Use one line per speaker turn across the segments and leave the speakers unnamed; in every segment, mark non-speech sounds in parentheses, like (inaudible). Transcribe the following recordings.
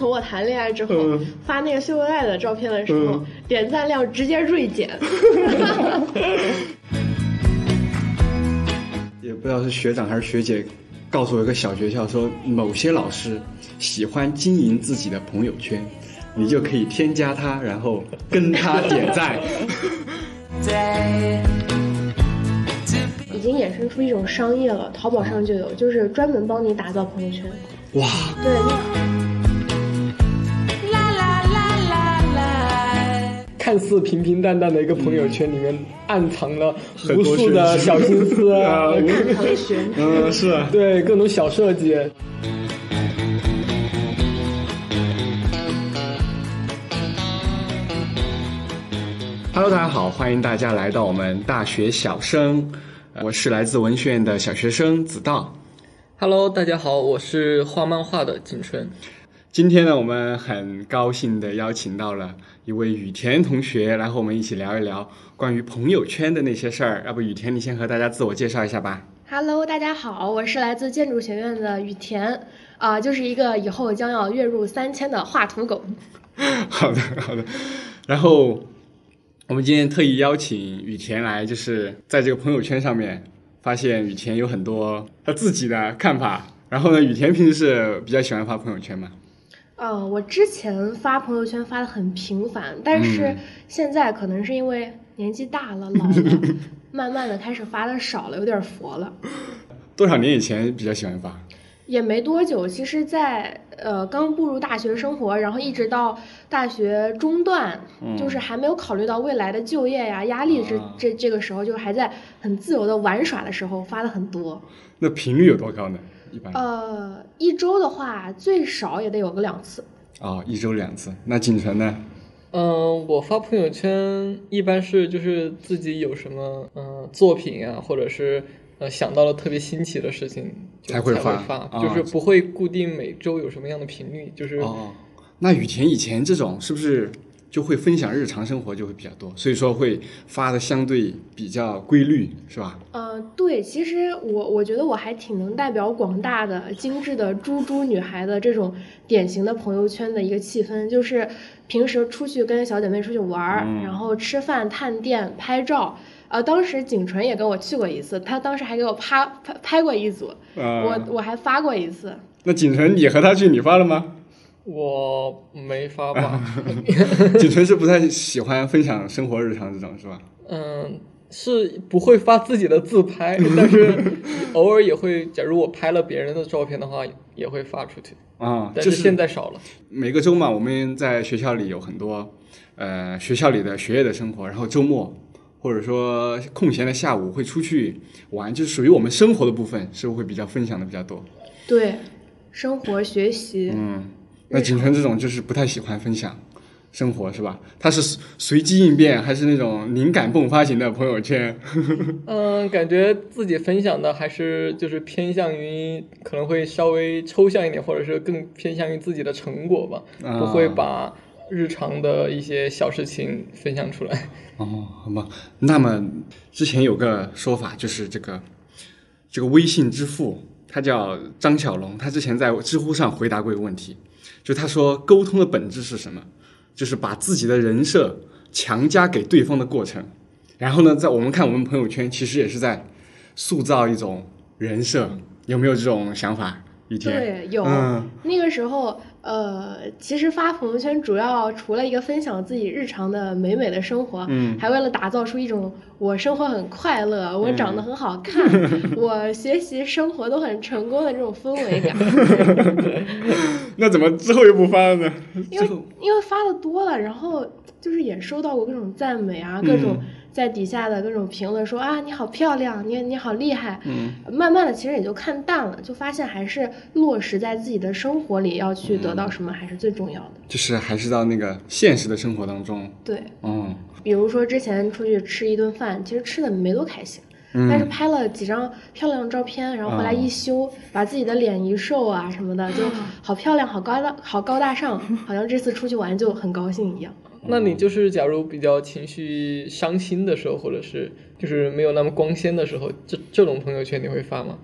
我谈恋爱之后、
嗯
发那个秀恩爱的照片的时候，
嗯
点赞量直接锐
(laughs)
减。
也不知道是学长还是学姐告诉我一个小诀窍，说某些老师喜欢经营自己的朋友圈，你就可以添加他，然后跟他点赞。
已经衍生出一种商业了，淘宝上就有，就是专门帮你打造朋友圈。
哇，
对，
看似平平淡淡的一个朋友圈里面，暗藏了
嗯很
无
多
数的
玄机
小心思啊
(laughs) 啊，
那同学，
嗯，是啊，
(laughs) 对各种小设计。
Hello，大家好，欢迎大家来到我们大学小生，呃我是来自文学院的小学生子道。
Hello，大家好，我是画漫画的景春。
今天呢，我们很高兴的邀请到了一位雨田同学来和我们一起聊一聊关于朋友圈的那些事儿。要不雨田，你先和大家自我介绍一下吧。
Hello，大家好，我是来自建筑学院的雨田，啊、就是一个以后将要月入三千的画图狗。
(laughs) 好的，好的。然后我们今天特意邀请雨田来，就是在这个朋友圈上面发现雨田有很多他自己的看法。然后呢，雨田平时是比较喜欢发朋友圈嘛？
啊、我之前发朋友圈发的很频繁，但是
嗯
现在可能是因为年纪大了、
(laughs)
老了，慢慢的开始发的少了，有点佛了。
多少年以前比较喜欢发？
也没多久，其实在，呃刚步入大学生活，然后一直到大学中段，就是还没有考虑到未来的就业呀、压力这、
啊
这这个时候，就还在很自由的玩耍的时候发的很多。
那频率有多高呢？一般啊、
呃，一周的话最少也得有个两次。
哦，一周两次。那锦城呢？
嗯、我发朋友圈一般是就是自己有什么嗯、呃作品啊，或者是呃想到了特别新奇的事情就
才
才
会发啊
就是不会固定每周有什么样的频率，就是、
哦，那雨田以前这种是不是就会分享日常生活就会比较多，所以说会发的相对比较规律，是吧？
呃，对，其实我我觉得我还挺能代表广大的精致的猪猪女孩的这种典型的朋友圈的一个气氛，就是平时出去跟小姐妹出去玩儿，
嗯
然后吃饭、探店、拍照。呃，当时景纯也跟我去过一次，他当时还给我拍拍拍过一组，
呃，
我我还发过一次。
那锦城，你和他去，你发了吗？
我没发
(laughs)
吧，
锦城是不太喜欢分享生活日常这种，是吧？
嗯。是不会发自己的自拍，但是偶尔也会。假如我拍了别人的照片的话，也会发出去，
啊、
但
就是
现在少了。
每个周嘛，我们在学校里有很多，呃，学校里的学业的生活，然后周末或者说空闲的下午会出去玩，就是属于我们生活的部分，是不是会比较分享的比较多？
对，生活学习，
嗯，那景城这种就是不太喜欢分享生活，是吧？他是随随机应变，还是那种灵感迸发型的朋友圈？
嗯，感觉自己分享的还是就是偏向于可能会稍微抽象一点，或者是更偏向于自己的成果吧，不会
啊
把日常的一些小事情分享出来。
哦，好吧。那么之前有个说法，就是这个这个微信之父，他叫张小龙，他之前在知乎上回答过一个问题，就他说沟通的本质是什么？就是把自己的人设强加给对方的过程。然后呢，在我们看我们朋友圈，其实也是在塑造一种人设，有没有这种想法？雨天
对，有、
嗯
那个时候，呃，其实发朋友圈主要除了一个分享自己日常的美美的生活，
嗯
还为了打造出一种我生活很快乐，我长得很好看，我学习生活都很成功的这种氛围感。
那怎么之后又不发了呢？
因为因为发的多了，然后就是也收到过各种赞美啊，各种在底下的各种评论说、啊你好漂亮，你你好厉害。嗯，慢慢的其实也就看淡了，就发现还是落实在自己的生活里要去得到什么还是最重要的。
就是还是到那个现实的生活当中，
对，
嗯。
比如说之前出去吃一顿饭，其实吃的没多开心。
嗯
但是拍了几张漂亮的照片，然后回来一修，把自己的脸一瘦啊什么的，就好漂亮，好高大，好高大上，好像这次出去玩就很高兴一样。
哦
那你就是假如比较情绪伤心的时候，或者是就是没有那么光鲜的时候，这这种朋友圈你会发吗？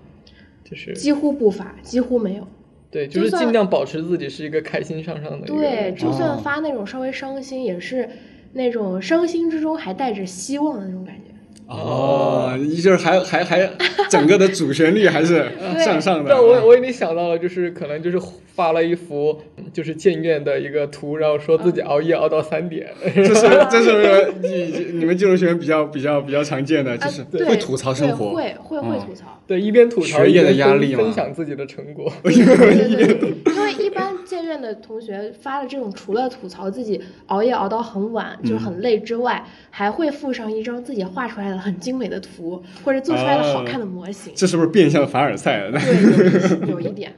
就是
几乎不发，几乎没有。
对，就是
就算
尽量保持自己是一个开心上上的一个
对，
人。
就
哦
算发那种稍微伤心，也是那种伤心之中还带着希望的那种感觉。
哦，就是还还还整个的主旋律还是向上的。啊
但我我已经想到了，就是可能就是发了一幅就是建院的一个图，然后说自己
嗯
熬夜熬到三点， (laughs)
这是这是你你们建筑学院比较比较比较常见的，就是
啊，对，
会吐槽生活，
对会会会
嗯
吐槽。
对，一边吐槽
学业的
一边
压
分
力嘛
分享自己的成
(laughs)
果。
对对对，对因为一般建院的同学发了这种，除了吐槽自己熬夜熬到很晚，就是很累之外，还会附上一张自己画出来的很精美的图，或者做出来的好看的模型。
这是不是变相凡尔赛 (laughs) 了？
对，有一有一点，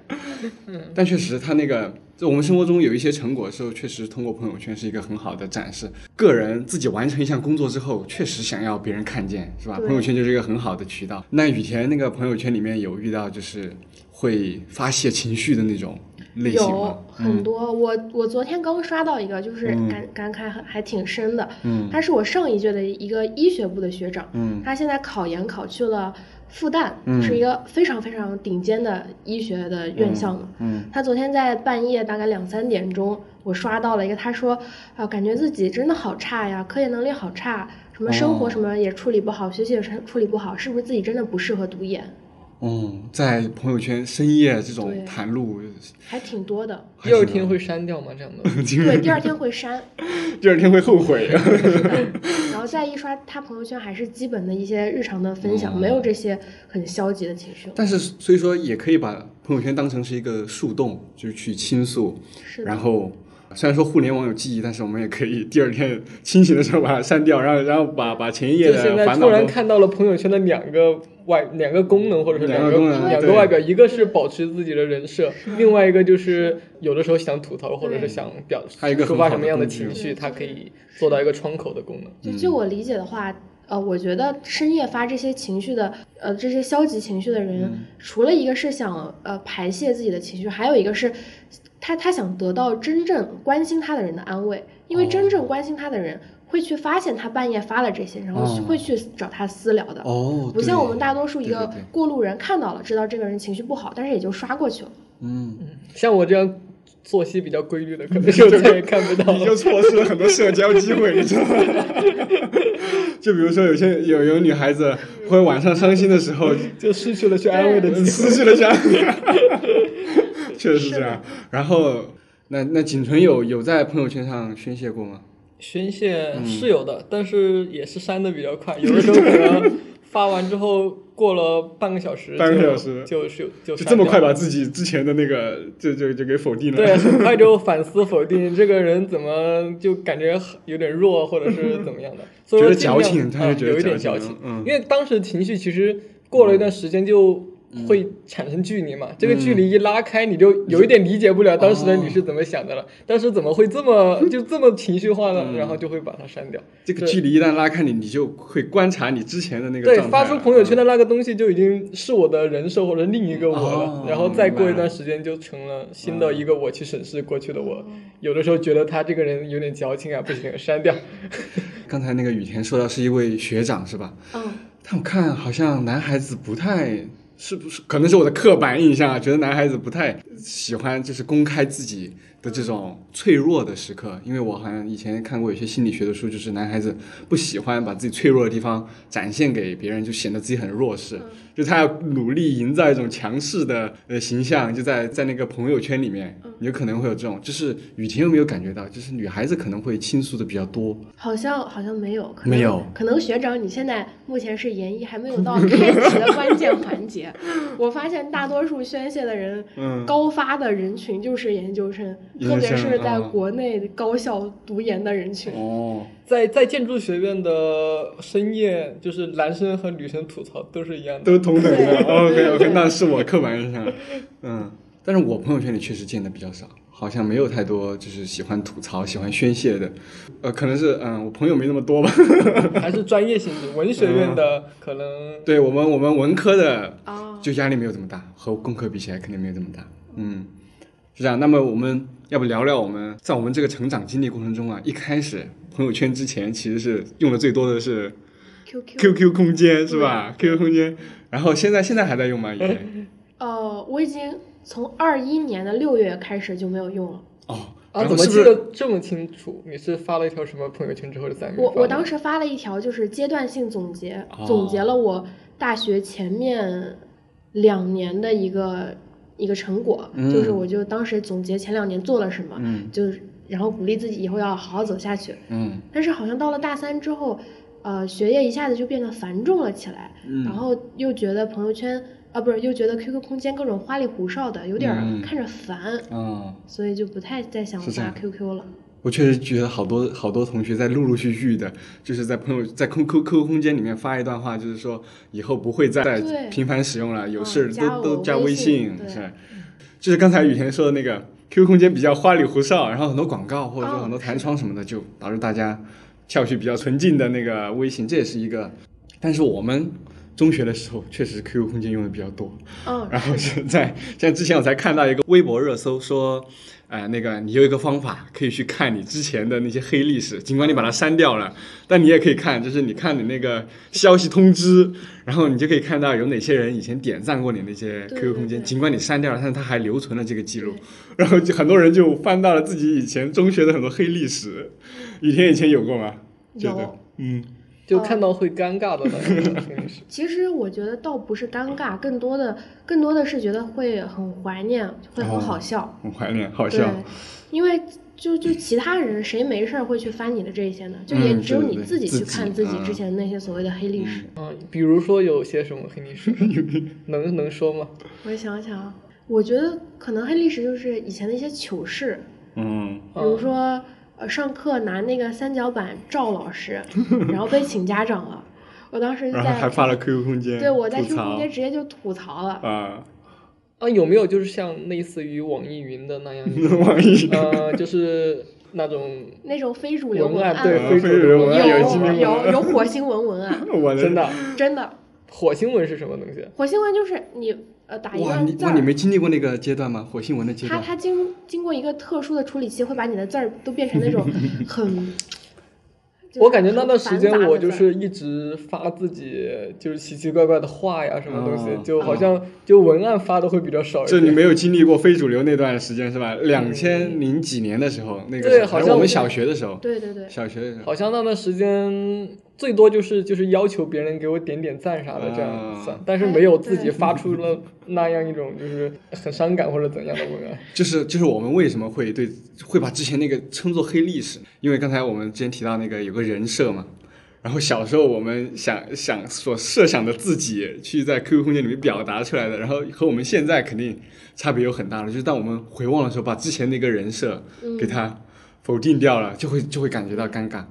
但确实，他那个就我们生活中有一些成果的时候，确实通过朋友圈是一个很好的展示。个人自己完成一项工作之后，确实想要别人看见，是吧？
对
朋友圈就是一个很好的渠道。那雨田那个朋友圈里面有遇到就是会发泄情绪的那种类型吗嗯
有？很多。我我昨天刚刷到一个，就是感感慨还还挺深的。
嗯
他是我上一届的一个医学部的学长，
嗯
他现在考研考去了复旦，
嗯
是一个非常非常顶尖的医学的院校嘛。
嗯
他昨天在半夜大概两三点钟，我刷到了一个，他说啊、感觉自己真的好差呀，科研能力好差，什么生活
哦
什么也处理不好，学习也是处理不好，是不是自己真的不适合读研？
嗯，在朋友圈深夜这
对
种袒露，
还挺多
(laughs)
的。
第二天会删掉吗？这样的
对，第二天会删，
第二天会后
(laughs)
悔。
然后再一刷他朋友圈，还是基本的一些日常的分享，
哦
没有这些很消极的情绪。
但是，所以说也可以把朋友圈当成是一个树洞，就是去倾诉。
是的
然，后，虽然说互联网有记忆，但是我们也可以第二天清醒的时候把它删掉，然后然后把把前一夜
就现
的
在
烦
突
恼
然
都。
看到了朋友圈的两个外两个功能，或者是
两
两
个
个
功能
两个
对
外表，一个是保持自己的人设，另外一个就是有的时候想吐槽或者是想表
还有一个
抒
很
发
好的
什么样的
工具
情绪，
对
它
就
可
是
以做到一个窗口的功能。
嗯
就就我理解的话，呃，我觉得深夜发这些情绪的，呃，这些消极情绪的人，
嗯
除了一个是想呃排泄自己的情绪，还有一个是他他想得到真正关心他的人的安慰，因为
哦
真正关心他的人。会去发现他半夜发了这些，然后
哦
会去找他私聊的。
哦，
不
对
像我们大多数一
对对
个
对
过路人看到了，知道这个人情绪不好，但是也就刷过去了。
嗯，
像我这样作息比较规律的，可能就再也看不到
你就
了。
错失了很多社交机会，你知
(laughs)
道吗？就比如说有些有有女孩子会晚上伤心的时候，
就失去了去安
(laughs)
慰的机会。
失去了家，确实是这样。然后，那那仅存有有在朋友圈上宣泄过吗？
宣泄
嗯
是有的，但是也是删的比较快，有的时候可
(laughs)
能发完之后过了半个小时就，
半个小时
就是就
就这么快
吧？
把自己之前的那个就就就给否定了？
对，很快就反思否定这个人怎么就感觉很有点弱，或者是怎么样的，所以说
觉得矫情
尽量
突然
啊
觉得
有一点
矫
矫
情
情，
嗯
因为当时情绪其实过了一段时间就
嗯
会产生距离嘛，这个距离一拉开，你就有一点理解不了当时的
哦
你是怎么想的了，当时怎么会这么就这么情绪化呢？
嗯
然后就会把它删掉。
(laughs) 这个
对
距离一旦拉开你，你就会观察你之前的那个
对
状，态
发
了嗯
出朋友圈的那个东西就已经是我的人设或者另一个我了，
哦嗯
然后再过一段时间就成了新的一个我去审视过去的我。
嗯
有的时候觉得他这个人有点矫情啊，不行，删掉。
嗯刚才那个雨田说到是一位学长是吧？
嗯，
但我看好像男孩子不太。是不是可能是我的刻板印象啊？觉得男孩子不太喜欢就是公开自己的这种脆弱的时刻，因为我好像以前看过有些心理学的书，就是男孩子不喜欢把自己脆弱的地方展现给别人，就显得自己很弱势。就他要努力营造一种强势的呃形象，就在在那个朋友圈里面，有可能会有这种。就是雨婷有没有感觉到，就是女孩子可能会倾诉的比较多？
好像好像没有，可能
没有
可能学长你现在目前是研一，还没有到开启的关键环
(laughs)
节。我发现大多数宣泄的人，
嗯
高发的人群就是研究生，
研
特
究生
别是在
嗯
国内高校读研的人群。
哦，
在在建筑学院的深夜，就是男生和女生吐槽都是一样的。
都同等的。OK OK，那是我刻板印象。嗯，但是我朋友圈里确实见的比较少，好像没有太多就是喜欢吐槽、喜欢宣泄的。呃，可能是嗯，我朋友没那么多吧。 (laughs)
还是专业性质，文学院
嗯
的可能
对我们我们文科的
哦
就压力没有这么大，和工科比起来肯定没有这么大。嗯，是这样。那么我们要不聊聊我们在我们这个成长经历过程中啊，一开始朋友圈之前其实是用的最多的是
QQ
哎
QQ 空间是吧？QQ 空间，然后现在现在还在用吗？以前
呃，我已经从二一年的六月开始就没有用了。
哦，
啊，
然后
怎么
是不
记
是？
得这么清楚？你是发了一条什么朋友圈之后就再也没
我
发
我
了
当时发了一条，就是阶段性总结，
哦
总结了我大学前面两年的一个一个成果，
嗯
就是我就当时总结前两年做了什么，
嗯
就是然后鼓励自己以后要好好走下去。
嗯
但是好像到了大三之后，呃，学业一下子就变得繁重了起来，
嗯
然后又觉得朋友圈啊，不是又觉得 QQ 空间各种花里胡哨的，有点儿
嗯
看着烦，
嗯，
所以就不太再想
是这
发
样
QQ 了。
我确实觉得好多好多同学在陆陆续续的，就是在朋友在空 Q Q 空间里面发一段话，就是说以后不会再
对
频繁使用了，有事
嗯
儿都、
加我
都加
微
微
信
信，
对
是，就是刚才雨田说的那个 Q Q 空间比较花里胡哨，然后很多广告或者说
哦
很多弹
是
窗什么的，就导致大家跳去比较纯净的那个微信，这也是一个。但是我们中学的时候确实 Q Q 空间用的比较多，
嗯， (laughs)
然后是在像之前我才看到一个微博热搜说，呃，那个你有一个方法可以去看你之前的那些黑历史，尽管你把它删掉了，但你也可以看，就是你看你那个消息通知，然后你就可以看到有哪些人以前点赞过你那些
对
QQ 空
对
间，
对
尽管你删掉了，但是它还留存了这个记录，然后就很多人就翻到了自己以前中学的很多黑历史，雨田以前有过吗？觉得
有，
嗯
哦
就看到会尴尬的
(laughs)
那种是
其实我觉得倒不是尴尬，更多的更多的是觉得会很怀念，会很好笑。
很怀念，哦好
对
笑，，
因为就就其他人谁没事儿会去翻你的这些呢？就也
嗯
只有
对
你
对
自己
自
去看
己
自己
嗯
之前那些所谓的黑历史。
嗯，比如说有些什么黑
(laughs)
历史，能能说吗？
我想想啊，我觉得可能黑历史就是以前的一些糗事，
嗯，
比如说呃上课拿那个三角板照老
(laughs)
师，然后被请家长了。我当时就
然后
在
还发了 QQ 空间，
对我在
吐
QQ 空
槽
间直接就吐槽了。
啊，，
啊，有没有就是像类似于网易云的那样
网易云
呃，就是那
(laughs)
种
那种非主流
文
文
案
案，
对
啊非主流文案有
有
新闻
有有火星文文案，
我
真的
真的，
火星文是什么东西？
火星文就是你呃打一
哇，
段
你
字
哇你
儿，
没经历过那个阶段吗？火星文的阶
它
段，
它经经过一个特殊的处理器，会把你的字儿都变成
(laughs)
那种很，就是
我感觉那段
很
时
繁
间
杂的
我就
字儿
是一直发自己就是奇奇怪怪的话呀，什么东西，
哦
就
啊
好像就文案发的会比较少一
就你
点。
没有经历过非主流那段时间是吧？两千零几年的时候，那个
对
时候
好像
还是我
我
们
记
小学的时候，
对对对，
小学的时候，
好像那段时间最多就是就是要求别人给我点点赞啥的这样
啊
算，但是
哎
没有自己
对
发出了那样一种就是很伤感或者怎样的文案。
就是就是我们为什么会对会把之前那个称作黑历史？因为刚才我们之前提到那个有个人设嘛。然后小时候我们想想所设想的自己去在 QQ 空间里面表达出来的，然后和我们现在肯定差别有很大的。就是当我们回望的时候，把之前那个人设给他否定掉了，就会就会感觉到尴尬。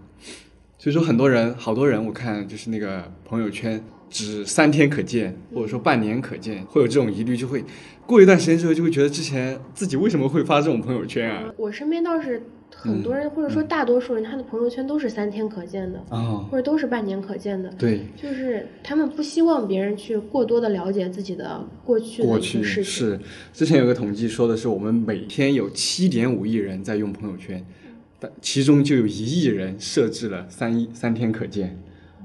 所以说，很多人，好多人，我看就是那个朋友圈，只三天可见，或者说半年可见，会有这种疑虑，就会过一段时间之后，就会觉得之前自己为什么会发这种朋友圈啊？
我身边倒是很
嗯
多人，或者说大多数人，他的朋友圈都是三天可见的，
哦，
或者都是半年可见的。
对，
就是他们不希望别人去过多的了解自己的过去的
过
一些
去
事情，
是之前有个统计说的是，我们每天有七点五亿人在用朋友圈，
嗯
但其中就有一亿人设置了三一三天可见，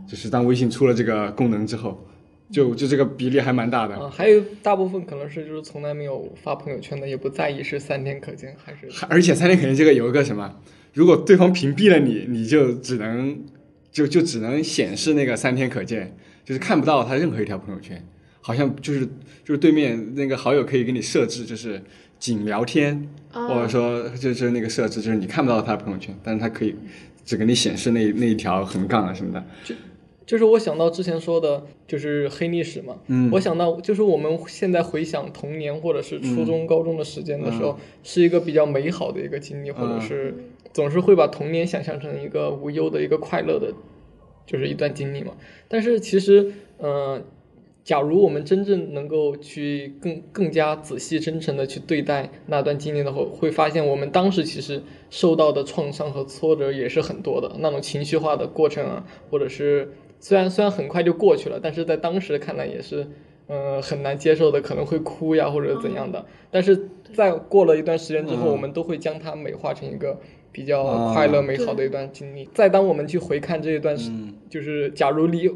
就是当微信出了这个功能之后，就就这个比例还蛮大的。
嗯
啊，还有大部分可能是就是从来没有发朋友圈的，也不在意是三天可见还是
还而且三天可见这个有一个什么，如果对方屏蔽了你，你就只能就就只能显示那个三天可见，就是看不到他任何一条朋友圈，好像就是就是对面那个好友可以给你设置就是仅聊天，
哦
或者说就是那个设置就是你看不到他的朋友圈，但是他可以只给你显示那那一条横杠啊什么的，
就是我想到之前说的，就是黑历史嘛。
嗯
我想到就是我们现在回想童年或者是初中、高中的时间的时候，是一个比较美好的一个经历，或者是总是会把童年想象成一个无忧的一个快乐的，就是一段经历嘛。但是其实，呃，假如我们真正能够去更更加仔细、真诚的去对待那段经历的话，会发现我们当时其实受到的创伤和挫折也是很多的。那种情绪化的过程啊，或者是虽然虽然很快就过去了，但是在当时看来也是，呃，很难接受的，可能会哭呀或者怎样的。但是在过了一段时间之后，
啊嗯
我们都会将它美化成一个比较
啊
快乐、美好的一段经历。再当我们去回看这一段时，
嗯
就是假如离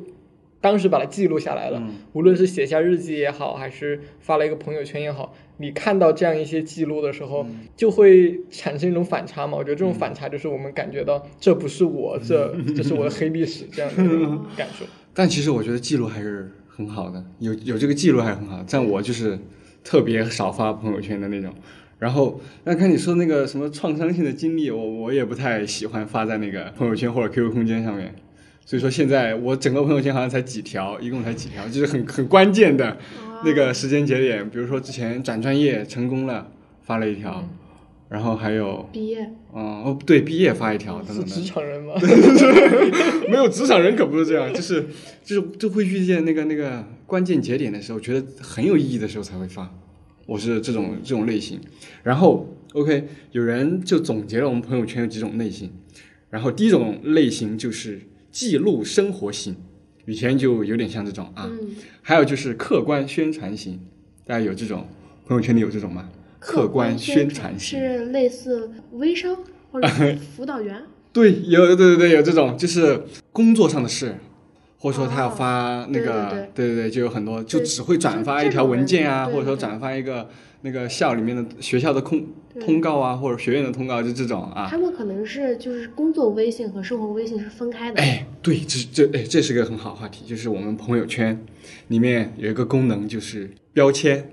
当时把它记录下来了，
嗯
无论是写下日记也好，还是发了一个朋友圈也好，你看到这样一些记录的时候，
嗯
就会产生一种反差嘛。我觉得这种反差就是我们感觉到这不是我，这
嗯
这是我的黑历史这样的
(laughs)
一种感受。
但其实我觉得记录还是很好的，有有这个记录还是很好。但我就是特别少发朋友圈的那种。然后，那看你说那个什么创伤性的经历，我我也不太喜欢发在那个朋友圈或者 QQ 空间上面。所以说现在我整个朋友圈好像才几条，一共才几条，就是很很关键的那个时间节点。比如说之前转专业成功了，发了一条，然后还有，
毕业，
嗯，哦对，毕业发一条等等
是
的
职。场人吗？
没有职场人可不是这样，就是就是就会遇见那个那个关键节点的时候，觉得很有意义的时候才会发。我是这种这种类型。然后 OK，有人就总结了我们朋友圈有几种类型，然后第一种类型就是记录生活型，以前就有点像这种啊，
嗯，
还有就是客观宣传型，大家有这种朋友圈里有这种吗？客观宣传型
是类似微商或者辅导员，
对，有对对对，有这种就是工作上的事，或者说他要
哦
发那
对
个，
对
对对就有很多就
对
只会转
这
发
这
一条
种
文
人
件啊，
对
或
对
者说
对
转发一个那个校里面的学校的通
对
通告啊，或者学院的通告，就这种 (laughs) 啊。
他们可能是就是工作微信和生活微信是分开的。
哎，对，这这哎，这是个很好话题，就是我们朋友圈里面有一个功能就是标签，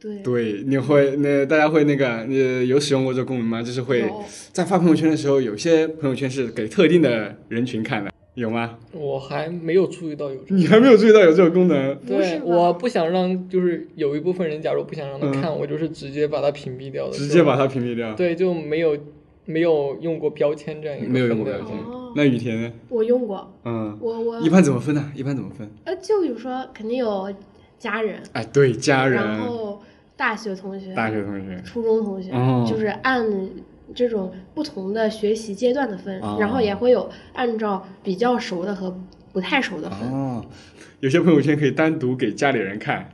对，
对，你会那大家会那个呃有使用过这个功能吗？就是会
有
在发朋友圈的时候，有些朋友圈是给特定的人群看的，有吗？
(laughs)
(laughs)
我还没有注意到有这
你还没有注意到有这个功能？
不是
对，
吧
我不想让就是有一部分人，假如不想让他看，我就是直接把它屏蔽掉的，
嗯直接把它屏蔽掉
就。对，就没有没有用过标签这样一个
没有用过
分
标
类
签
哦。
那雨田呢？
我用过，
嗯，
我我
一般怎么分呢？一般怎么分？
呃，就比如说肯定有家人，
哎，对，家
然
人、
后大学同学、
大学同学，
初中同学，
哦
就是按这种不同的学习阶段的分，
哦
然后也会有按照比较熟的和不太熟的分。
哦，有些朋友圈可以单独给家里人看，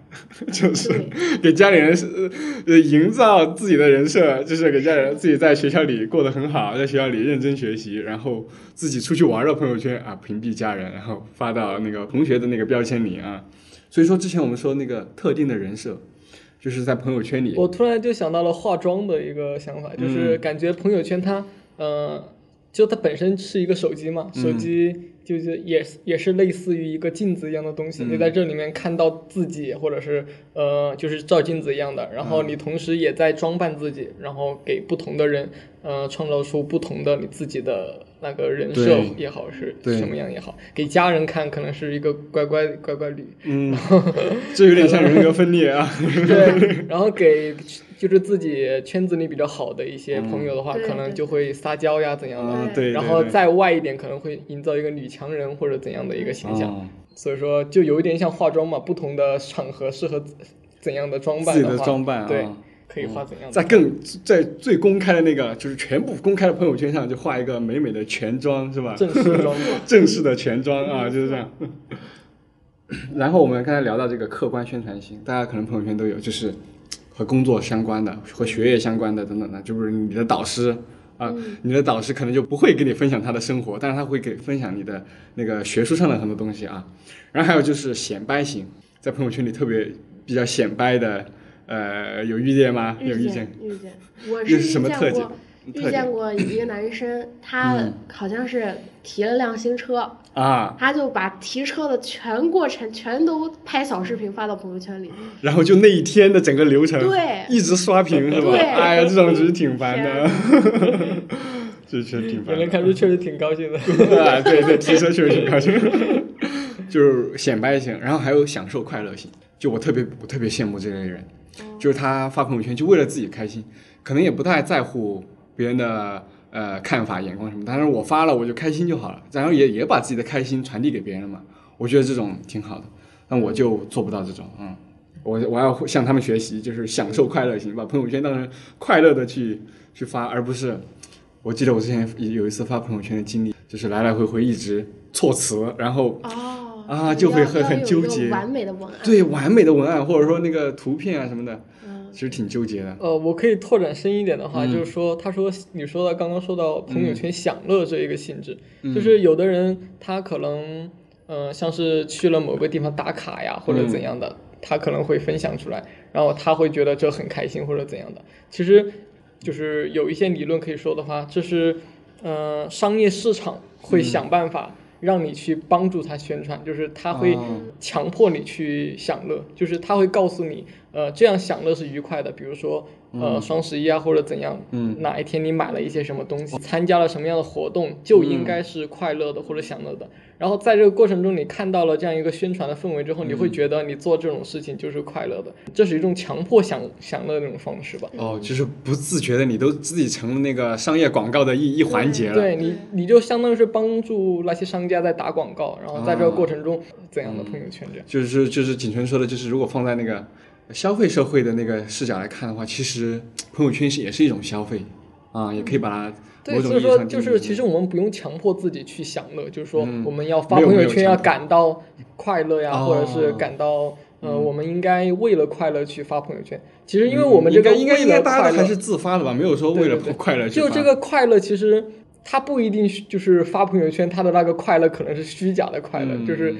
(laughs) 就是
对
(laughs) 给家里人是呃营造自己的人设，就是给家里人自己在学校里过得很好，在学校里认真学习，然后自己出去玩的朋友圈啊，屏蔽家人，然后发到那个同学的那个标签里啊。所以说之前我们说那个特定的人设，就是在朋友圈
(laughs)
里，
我突然就想到了化妆的一个想法，就是
嗯
感觉朋友圈它，呃，就它本身是一个手机嘛，手
嗯
机就是也是也是类似于一个镜子一样的东西，你
嗯
在这里面看到自己，或者是呃，就是照镜子一样的，然后
嗯
你同时也在装扮自己，然后给不同的人，呃，创造出不同的你自己的那个人设
对
也好，是
对
什么样也好，给家人看可能是一个乖乖乖乖女，
嗯，这有点像人格分裂
(laughs)
啊。
对，然后给就是自己圈子里比较好的一些朋友的话，
嗯对
可能就会撒娇呀怎样的，
啊，
对
对，
然后再外一点可能会营造一个女强人或者怎样的一个形象，
哦
所以说就有一点像化妆嘛，不同的场合适合怎样的装
自
扮
己
的话，
的装扮啊，
对，可以化怎样的
在更在最公开的那个，就是全部公开的朋友圈上，就画一个美美的全妆，是吧？
正式装
(laughs)
扮。
正式的全妆啊，就是这样。 (laughs) 然后我们刚才聊到这个客观宣传型，大家可能朋友圈都有，就是和工作相关的、和学业相关的等等的，就是你的导师啊、你的导师可能就不会跟你分享他的生活，但是他会给分享你的那个学术上的很多东西啊。然后还有就是显摆型，在朋友圈里特别比较显摆的，呃，有遇见吗？有遇
遇
见
见，遇
(laughs)
见，我
又
是
是
遇
什
见
么特
过
点特
遇
点
见过一个男生，他
嗯
好像是提了辆新车，
啊，
他就把提车的全过程全都拍小视频发到朋友圈
(laughs)
里。
然后就那一天的整个流程，
对
(laughs) 一直刷屏是吧？
对啊
哎呀，这种其实挺烦
天
的， (laughs) 这确实挺
有
烦
人
的。
看出确实挺高兴的，
啊， (laughs)
(laughs)
对对，提车确实挺高兴，就是显摆型，然后还有享受快乐型，就我特别我特别羡慕这类人，就是他发朋友圈就为了自己开心，可能也不太在乎别人的呃看法、眼光什么，但是我发了我就开心就好了，然后也也把自己的开心传递给别人了嘛，我觉得这种挺好的，但我就做不到这种，嗯。我我要向他们学习，就是享受快乐型，把朋友圈当成快乐的去去发，而不是我记得我之前有一次发朋友圈的经历，就是来来回回一直措辞，然后
哦
啊就会
要
很
要
很
有一
纠
个
结
完美的文案。
对完美的文案或者说那个图片啊什么的，
嗯
其实挺纠结的。
呃，我可以拓展深一点的话，
嗯
就是说，他说你说到刚刚说到朋友圈享乐这一个性质，
嗯
就是有的人他可能嗯、像是去了某个地方打卡呀，或者
嗯
怎样的，他可能会分享出来，然后他会觉得这很开心或者怎样的。其实，就是有一些理论可以说的话，这是，呃，商业市场
嗯
会想办法让你去帮助他宣传，就是他会
哦
强迫你去享乐，就是他会告诉你，呃，这样享乐是愉快的，比如说。呃，双十一啊，或者怎样，
嗯
哪一天你买了一些什么东西，参加了什么样的活动，就
嗯
应该是快乐的或者享乐的。然后在这个过程中，你看到了这样一个宣传的氛围之后，你
嗯
会觉得你做这种事情就是快乐的，这是一种强迫享享乐的那种方式吧？
哦，就是不自觉的，你都自己成了那个商业广告的一一环节了。
对你，你就相当于是帮助那些商家在打广告，然后在这
啊
个过程中怎样的
嗯
朋友圈这样？
就是就是景纯说的，就是如果放在那个消费社会的那个视角来看的话，其实朋友圈是也是一种消费啊，也可以把它
嗯对，
某种
所
意
以
义上
说
定义
就是其实我们不用强迫自己去享乐，就是说
嗯
我们要发
没有
朋友
没有
圈
强
要
迫
感到快乐呀，或者是
哦
感到。呃，我们应该为了快乐去发朋友圈。其实，因为我们这
嗯应
个
该应该
为
应该
了
大家
快
都
乐
还是自发的吧，没有说为了
对对对
快乐去
就
发
这个快乐，其实它不一定是就是发朋友圈，它的那个快乐可能是虚假的快乐，
嗯
就是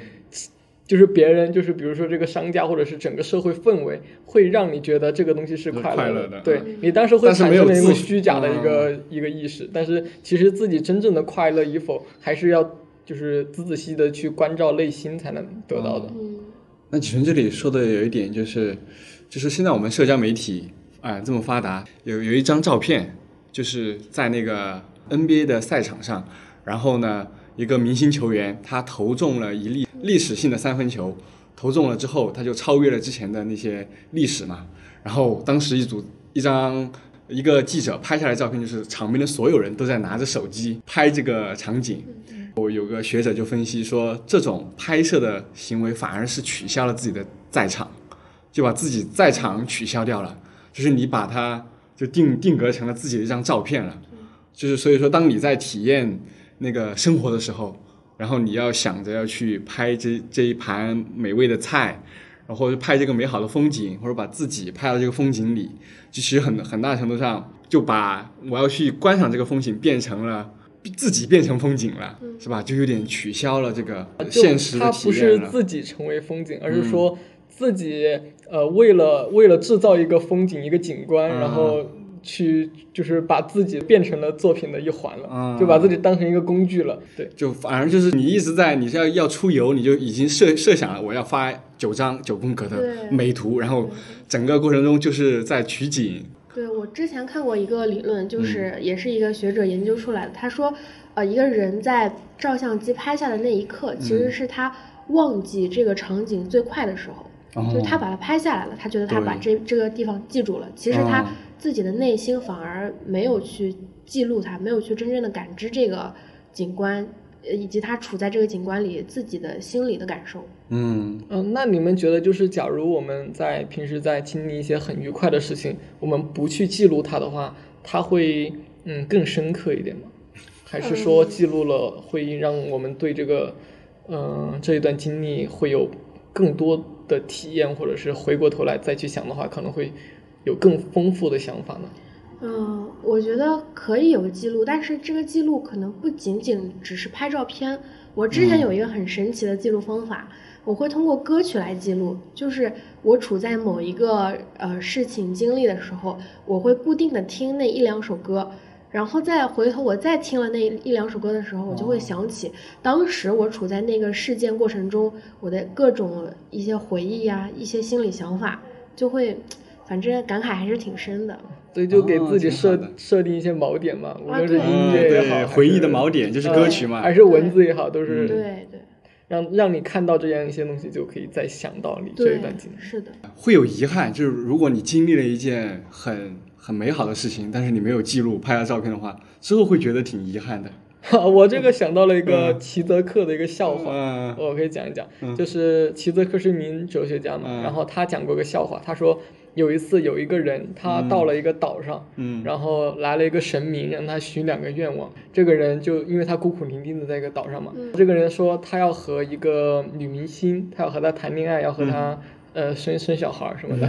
就是别人就是比如说这个商家或者是整个社会氛围会让你觉得这个东西是
是
快
快
乐
乐的
对
嗯
你当时会
但是
产
没有
生了一
自
个虚假的一个、
嗯
一个意识，但是其实自己真正的快乐与否还是要就是仔仔细细的去关照内心才能得到的。
嗯
那启纯这里说的有一点就是，就是现在我们社交媒体啊、这么发达，有有一张照片，就是在那个 NBA 的赛场上，然后呢，一个明星球员他投中了一粒历史性的三分球，投中了之后，他就超越了之前的那些历史嘛。然后当时一组一张一个记者拍下来的照片，就是场边的所有人都在拿着手机拍这个场景，我有个学者就分析说，这种拍摄的行为反而是取消了自己的在场，就把自己在场取消掉了，就是你把它就定定格成了自己的一张照片了。就是所以说，当你在体验那个生活的时候，然后你要想着要去拍这这一盘美味的菜，然后拍这个美好的风景，或者把自己拍到这个风景里，就其实很很大程度上就把我要去观赏这个风景变成了自己变成风景了，是吧？就有点取消了这个
嗯呃就
现实的
它
体
不是
验啊嗯了。
自己成为风景，而是说自己呃为了为了制造一个风景一个景观，
嗯
然后去就是把自己变成了作品的一环了，
嗯
就把自己当成一个工具了。对，
就反而就是你一直在，你是要要出游，你就已经设设想了我要发九张九宫格的
对
美图，然后整个过程中就是在取景，
对我之前看过一个理论，
嗯
就是也是一个学者研究出来的，他说，呃，一个人在照相机拍下的那一刻，其
嗯
实是他忘记这个场景最快的时候。
哦
就是他把它拍下来了，他觉得他把这这个地方记住了，其实他
嗯
自己的内心反而没有去记录它，没有去真正的感知这个景观，呃以及他处在这个景观里自己的心理的感受。
嗯，
嗯，那你们觉得，就是假如我们在平时在经历一些很愉快的事情，我们不去记录它的话，它会嗯更深刻一点吗？还是说
嗯
记录了会让我们对这个嗯、呃这一段经历会有更多的体验，或者是回过头来再去想的话，可能会有更丰富的想法呢？
嗯，我觉得可以有记录，但是这个记录可能不仅仅只是拍照片。我之前有一个很神奇的记录方法，我会通过歌曲来记录，就是我处在某一个呃事情经历的时候，我会固定的听那一两首歌。然后再回头，我再听了那一两首歌的时候，我就会想起当时我处在那个事件过程中，我的各种一些回忆呀、一些心理想法，就会，反正感慨还是挺深的。
所以就给
哦
自己
挺好
设、
的
设定一些锚点嘛，无论是
啊对
音
嗯
乐也好，嗯
对，
还
回忆
是呃
的锚点就是歌曲嘛
还，是文字也好，都是
嗯对对。
让让你看到这样一些东西，就可以再想到你这
对，
一段经历。 (laughs)
是的，
会有遗憾，就是如果你经历了一件很很美好的事情，但是你没有记录拍了照片的话，之后会觉得挺遗憾的。
我这个想到了一个齐泽克的一个笑话，
嗯
我可以讲一讲，就是齐泽克是一名哲学家嘛，
嗯
然后他讲过个笑话，他说有一次有一个人他到了一个岛上，
嗯
然后来了一个神明让他许两个愿望，这个人就因为他孤苦伶仃的在一个岛上嘛，
嗯
这个人说他要和一个女明星，他要和她谈恋爱，要和她、 (laughs) 呃生生小孩儿什么的，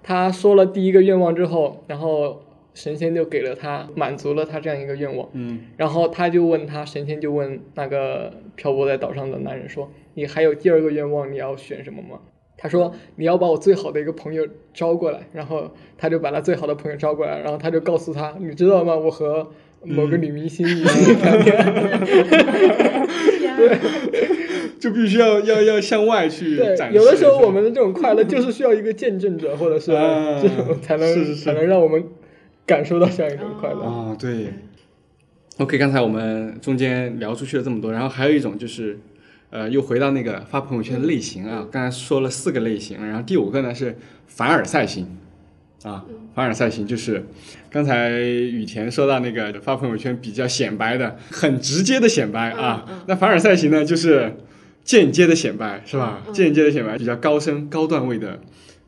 他说了第一个愿望之后，然后神仙就给了他满足了他这样一个愿望。
嗯
然后他就问他，神仙就问那个漂泊在岛上的男人说：“你还有第二个愿望，你要选什么吗？”他说：“你要把我最好的一个朋友招过来。”然后他就把他最好的朋友招过来，然后他就告诉他：“你知道吗？我和某个女明星已
嗯
经
(laughs)
谈恋爱。
天啊
就必须要要要向外去展
对，
示。
有的时候我们的这种快乐就是需要一个见证者，或者是
啊
这种才能、
是是是
才能让我们感受到这样一种快乐。
哦
啊、对。OK，刚才我们中间聊出去了这么多，然后还有一种就是，呃，又回到那个发朋友圈的类型啊，刚才说了四个类型，然后第五个呢是凡尔赛型，啊，
嗯
凡尔赛型就是刚才雨田说到那个发朋友圈比较显摆的，很直接的显摆啊，
嗯嗯
那凡尔赛型呢就是间接的显摆是吧？
嗯嗯
间接的显摆比较高深高段位的，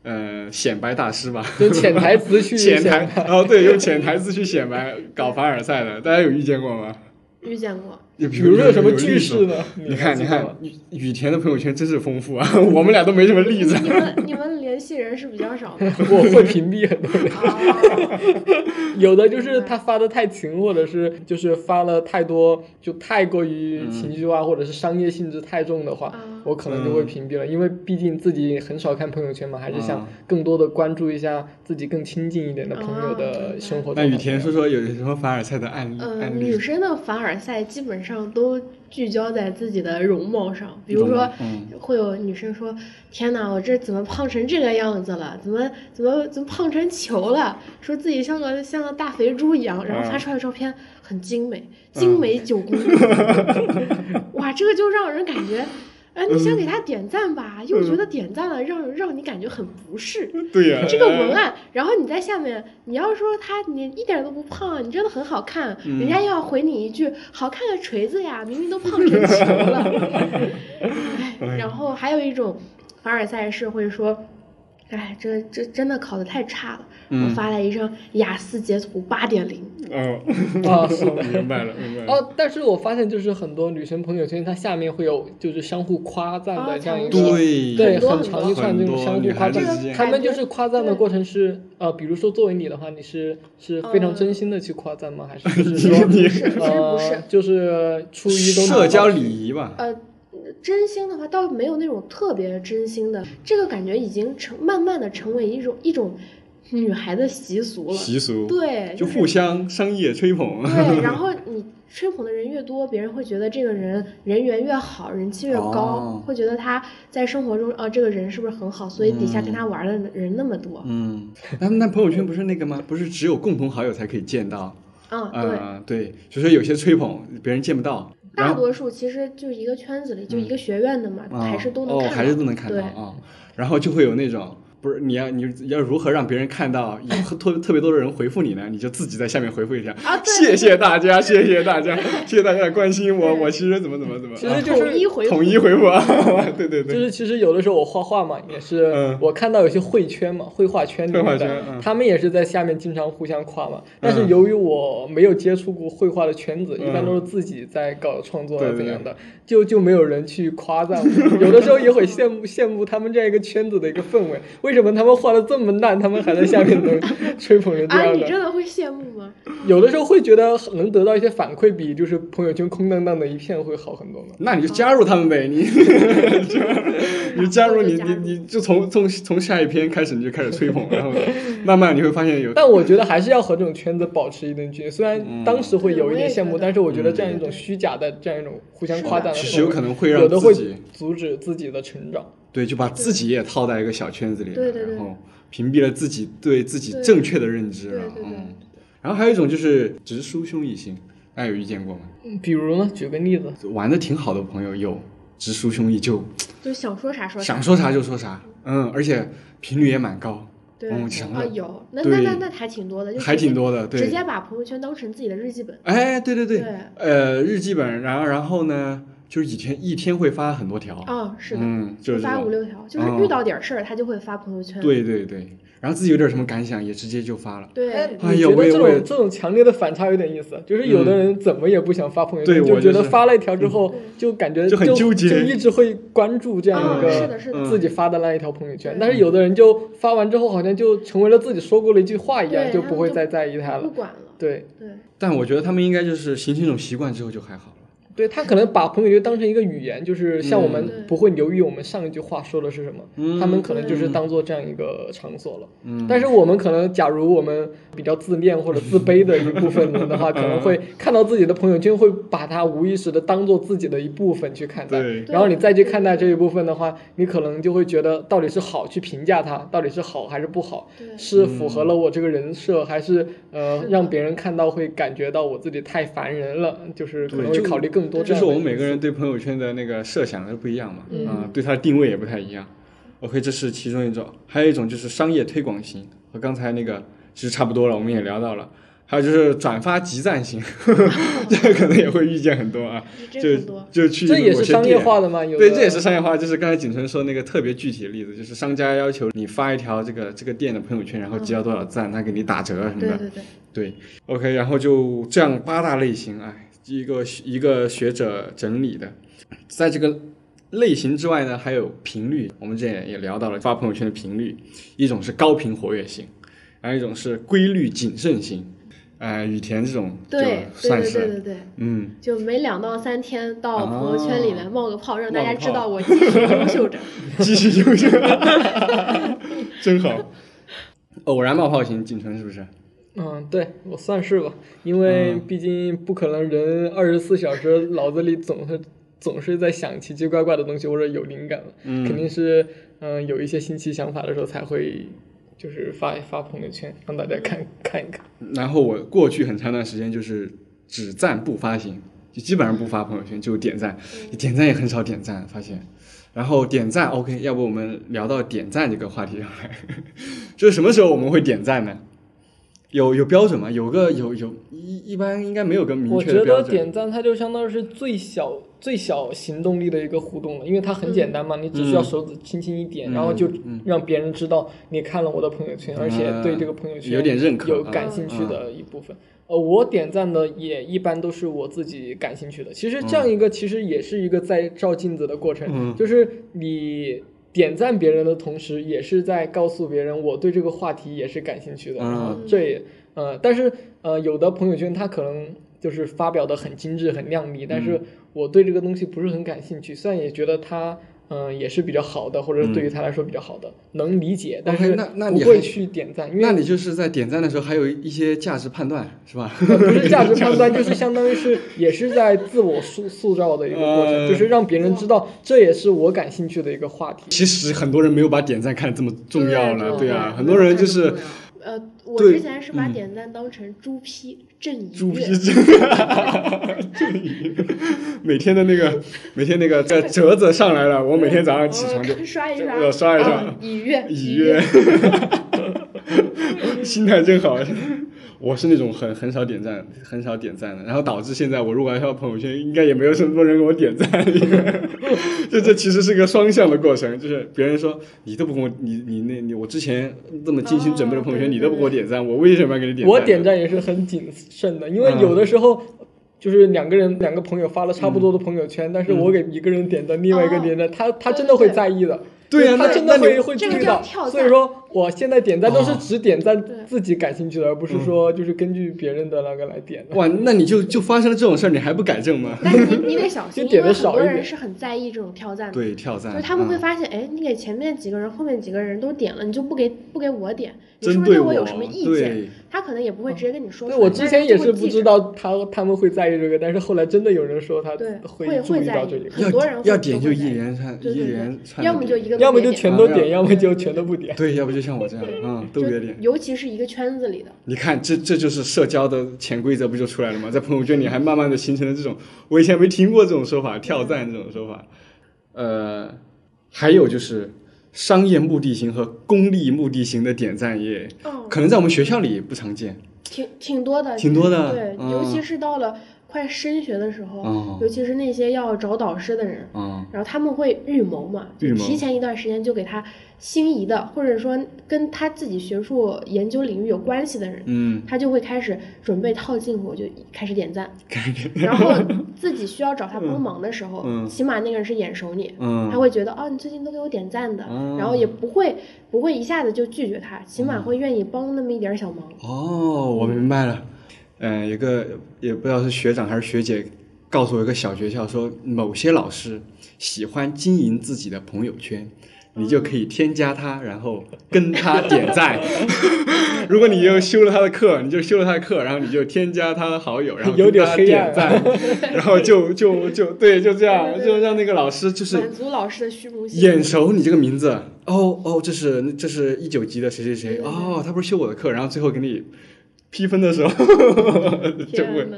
呃，显摆大师吧，
就潜台词去
潜
想
台哦，对，用潜台词去显摆，搞凡尔赛的，大家有遇见过吗？
遇见过，
有
比如说有什么句式？
有有有例子吗
呢？
你看，你
还记得吗
看，雨雨田的朋友圈真是丰富啊！ (laughs) 我们俩都没什么 (laughs) 例子。
你们你们联系人是比较少吗？
(laughs) 我会屏蔽很多人，
哦
有的就是他发的太勤，或者是就是发了太多，就太过于情绪化，或者是商业性质太重的话
啊，
我可能就会屏蔽了，因为毕竟自己很少看朋友圈嘛，还是
啊
想更多的关注一下自己更亲近一点的朋友
哦
的生
(laughs)
活。
嗯那雨田说，说有什么凡尔赛的案例？
呃，
案
女
例？
生的凡尔赛基本上都聚焦在自己的容貌上，比如
容
说
貌嗯，
会有女生说：“天哪，我这怎么胖成这个样子了？怎么怎么怎么胖成球了？”说自己像个像个大肥猪一样，然后发
嗯
出来的照片很精美，精美九宫格， (laughs) 哇，这个就让人感觉。哎，你想给他点赞吧，又觉得
嗯
点赞了让让你感觉很不适。
对啊哎呀、
这个文案，然后你在下面，你要说他你一点都不胖，你真的很好看，
嗯
人家又要回你一句好看个锤子呀，明明都胖成球
(laughs)
了。哎，然后还有一种凡尔赛是会说。哎，这这真的考的太差了！我发了一张雅思截图八点零，
嗯，
啊是的
明白了，明白了。
哦，但是我发现就是很多女生朋友圈，它下面会有就是相互夸赞
啊
的这样一个。
对
对，
很多很多
很长一串这
很
种
多
相互
女
夸
孩子
赞
之间，
他们就是夸赞的过程是，呃，比如说作为你的话，你是是非常
嗯
真心的去夸赞吗？还是就是
其实
(laughs)
不，是，其实
说
不
呃
哦
是，，
就是出于一种
社交礼仪吧。
呃，真心的话倒没有那种特别真心的，这个感觉已经成慢慢的成为一种一种女孩的习俗了。
习俗，
对，
就是互相商业吹 (laughs) 捧。
对，然后你吹捧的人越多，别人会觉得这个人人缘越好，人气越高，
哦
会觉得他在生活中啊，这个人是不是很好，所以底下跟他玩的人那么多。
嗯，那那朋友圈不是那个吗？不是只有共同好友才可以见到？
嗯，对，
啊，对，所以说有些吹捧别人见不到，然
大
后
多数其实就一个圈子里，就一个学院的嘛，
啊
还是都能
哦，
看到。
还是都能看到
对，
啊、然后就会有那种。不是你要你要如何让别人看到有特特别多的人回复你呢？你就自己在下面回复一下，
啊对
谢谢大家，谢谢大家，谢谢大家的关心我，
对
我其实怎么怎么怎么，
其实
啊
就是
统一回复
统一回复啊，对对
就
对，
是其实有的时候我画画嘛，也是
嗯
我看到有些绘圈嘛，绘画圈里
绘画
面
圈嗯
的，他们也是在下面经常互相夸嘛。但是由于我没有接触过绘画的圈子，
嗯
一般都是自己在搞创作啊
对对
怎
对
样的，就就没有人去夸
(laughs)
赞我。有的时候也会羡慕羡慕他们这样一个圈子的一个氛围，为什么他们画的这么烂，他们还在下面
(laughs)
能吹捧成这
啊，
样
你
的？
真的会羡慕吗？
有的时候会觉得能得到一些反馈，比就是朋友圈空荡荡的一片会好很多嘛。
那你就加入他们
(laughs)
呗，你你就加入你你你就从从从下一篇开始你就开始吹捧，
(laughs)
然后慢慢你会发现 (laughs) 有
但我觉得还是要和这种圈子保持一定距离。虽然当时会有一点羡
嗯我也觉得
慕，但是我觉得这样
嗯
一种虚假的、这样一种互相夸赞的氛
是
围，
的是有可能会让
有的会
自己
阻止自己的成长。
对，就把自己也套在一个小圈子里了，
对对对
然后屏蔽了自己对自己
对
正确的认知
对
了。
对对
嗯，然后还有一种就是直抒胸臆型，大家有遇见过吗？
嗯比如呢，举个例子，
玩的挺好的朋友有直抒胸臆，就
就想说啥说啥。
想说啥就说啥，嗯，而且频率也蛮高，
对，
嗯我想
啊
了
有，那
对
那那那还挺多的，就
还
直接
挺多的，对，
直接把朋友圈当成自己的日记本。
哎，对对对，
对
呃，日记本，然后然后呢，就是一天一天会发很多条，
啊，是的，
嗯，就是这
发
种
五六条，就是
嗯
遇到点事儿他就会发朋友圈。
对对对，然后自己有点什么感想也直接就发了。
对，
哎
你
呀
觉
我
得
也
这
我也嗯
种这种强烈的反差有点意思，就是有的人怎么也不想发朋友圈，
对我
就觉
就
得
是嗯
发了一条之后就感觉
就很纠结
就一直会关注这样
啊
一，
是
个
的，是
嗯
的，
自己发的那一条朋友圈，
对
但是有的人就发完之后好像就成为了自己说过的一句话一样，
对
就
他
不
们
会
就
再在意它
不
了。
管了。
对，
对，
但我觉得他们应该就是形成一种习惯之后就还好了。
对他可能把朋友圈当成一个语言，就是像我们
嗯
不会留意我们上一句话说的是什么，
嗯
他们可能就是当做这样一个场所了。
嗯
但是我们可能，假如我们比较自恋或者自卑的一部分人的话，可能
(laughs)
会看到自己的朋友圈，会把它无意识的当做自己的一部分去看待。
对
然后你再去看待这一部分的话，你可能就会觉得到底是好去评价它，到底是好还是不好，
对
是符
嗯
合了我这个人设，还是呃让别人看到会感觉到我自己太烦人了，就是可能会
对就
考虑更多这
就
样
是
的
我们
因素。
每个人对朋友圈的那个设想都不一样嘛，
嗯
啊，对它的定位也不太一样。OK，这是其中一种，还有一种就是商业推广型，和刚才那个其实差不多了，我们也聊到了。还有就是转发集赞型， (laughs) 这可能也会遇见很多啊，
这
就
很多。
就去
这也
某
是
些
商业
店
化的嘛？有
对，
的
这也是商业化。就是刚才景纯说那个特别具体的例子，就是商家要求你发一条这个这个店的朋友圈，然后集到多少赞，他给你打折啊什么
对
的。
对对，
对，OK，然后就这样八大类型，哎，一个一个学者整理的，在这个类型之外呢，还有频率，我们之前也聊到了发朋友圈的频率，一种是高频活跃型，还有一种是规律谨慎型，哎、雨田这种就
对对
算
对
是，
对对对，
嗯，
就每两到三天到朋友圈里面冒个泡，让大
冒
家
个
知
泡
道我继续优秀
(laughs)
着。
继续优秀， (laughs) 真好。偶然冒泡型，景纯是不是？
嗯，对我算是吧，因为
嗯
毕竟不可能人二十四小时脑子里总是总是在想奇奇怪怪的东西或者有灵感嘛，
嗯
肯定是嗯、有一些新奇想法的时候才会就是发发朋友圈让大家看看一看。
然后我过去很长一段时间就是只赞不发行，就基本上不发朋友圈，就点赞，点赞也很少点赞，发现。然后点赞 OK，要不我们聊到点赞这个话题上来，就是什么时候我们会点赞呢？有有标准吗？有个有有一一般应该没有个明
我
确的
觉
标
得
准。
点赞它就相当于是最小最小行动力的一个互动了，因为它很简单嘛，你只需要手指轻轻一点，
嗯
然后就
嗯
让别人知道你看了我的朋友圈，
嗯
而且对这个朋友圈
有点认可啊嗯
有感兴趣的一部分。呃，我点赞的也一般都是我自己感兴趣的。其实这样一个其实也是一个在照镜子的过程，
嗯
就是你。点赞别人的同时，也是在告诉别人我对这个话题也是感兴趣的。
嗯
然后这也呃，但是呃，有的朋友圈他可能就是发表的很精致、很靓丽，但
嗯
是我对这个东西不是很感兴趣，虽然也觉得它嗯、呃也是比较好的，或者是对于他来说比较好的，能理解，但
嗯 OK，
是
那那
不
你还
会去点赞，因
那
为
你就是在点赞的时候还有一些价值判断是吧？
呃不是价值判断，就是相当于是也是在自我塑塑造的一个过程，
呃
就是让别人知道这也是我感兴趣的一个话题。
其实很多人没有把点赞看得这么重要了，
对
啊，
对
很多人就是
呃，我
对
之前是把
嗯
点赞当成猪批朕
猪
一
皮
月，
症，每天的那个每天那个这折子上来了，我每天早上 (laughs) 起床就
呃刷一刷，
我刷一刷
啊已阅
已阅， (laughs) 心态真好。我是那种很很少点赞，很少点赞的，然后导致现在我如果要发朋友圈，应该也没有这么多人给我点赞， (laughs) 因为就这其实是个双向的过程，就是别人说你都不跟我，你你那你我之前这么精心准备的朋友圈，
哦对
你都不给我点赞，我为什么要给你点赞呢？
我点赞也是很谨慎的，因为
嗯
有的时候。就是两个人，两个朋友发了差不多的朋友圈，但是我给一个人点赞，另外一
嗯
个点赞，他他真的会在意的，
对呀
他
那
真的
那
会
你
会注
哦这个
意
叫
到。
跳
所
赞
以说，我现在点赞都是
哦嗯
只点赞
对
自己感兴趣的，而不是说就是根据别人的那个来 (laughs) 点的。
哇，那你就就发生了这种事儿，你还不改
(laughs)
正吗？
但是你你得小心，
就
因
点得
为很
少
多
一
人
点
是很在意这种挑赞的，
对，跳赞，
就是他们会
嗯
发现，哎，你给前面几个人、后面几个人都点了，你就不给不给我点，你是
针
不是
对
对我有什么意见？
对
他可能也不会直接跟你说出
对
来。
我
但
之
是
前
他
也
就是会
不
记
知
着，
道他他们会在意这个，但是后来真的有人说他
对
会
会
注
会
意
在
到
意
这一个，
很多人
要
会
点
都
就
会
一
在意
连串，
对
一
对
连
对，
串
要
的
么
点，
就一个，
要么就全都
啊
点，
要
要么就全都不点。
对，要不就像我这样，嗯，都别点。
尤其是一个圈子里的，
你看，这这就是社交的潜规则，不就出来了吗？在朋友圈里还慢慢的形成了这种，我以前没听过这种说法，跳
嗯
赞这种说法。呃，还有就是商业目的型和功利目的型的点赞也，
嗯，
可能在我们学校里也不常见，
挺挺多的，
挺多的
对，
嗯
尤其是到了。快升学的时候，
哦
尤其是那些要找导师的人，
嗯
然后他们会预谋嘛，就
预谋
提前一段时间就给他心仪的，或者说跟他自己学术研究领域有关系的人，
嗯，
他就会开始准备套近乎，就开始点
(laughs)
赞，然后自己需要找他帮忙的时候，
嗯
起码那个人是眼熟你，
嗯
他会觉得哦，你最近都给我点赞的，
啊
然后也不会不会一下子就拒绝
嗯
他，起码会愿意帮那么一点儿小忙。
哦，我明白了。嗯、有个也不知道是学长还是学姐告诉我，一个小学校说某些老师喜欢经营自己的朋友圈，你就可以添加他，然后跟他点赞。 (laughs) 如果你又修了他的课，你就修了他的课，然后你就添加他的好友，然后
有点
跟他
黑暗啊
点赞， (laughs) 然后就就就对，就这样，就让那个老师就是
满足老师的虚荣心。
眼熟你这个名字，哦哦，这是这是一九级的谁谁谁，哦，他不是修我的课，然后最后给你批分的时候， (laughs) 就
天
会
呐，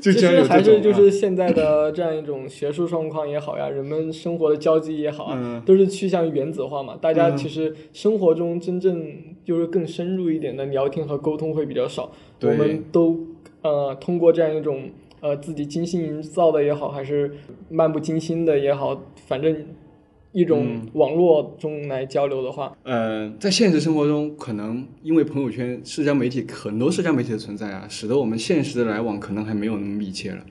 就
其
这样
实
有
还
这
是
种、啊，
就是现在的这样一种学术状况也好呀，人们生活的交际也好啊，
嗯
都是趋向于原子化嘛。大家
嗯
其实生活中真正就是更深入一点的聊天和沟通会比较少。我
对
们都呃通过这样一种呃自己精心营造的也好，还是漫不经心的也好，反正一种
嗯
网络中来交流的话，
呃，在现实生活中，可能因为朋友圈、社交媒体很多社交媒体的存在啊，使得我们现实的来往可能还没有那么密切了。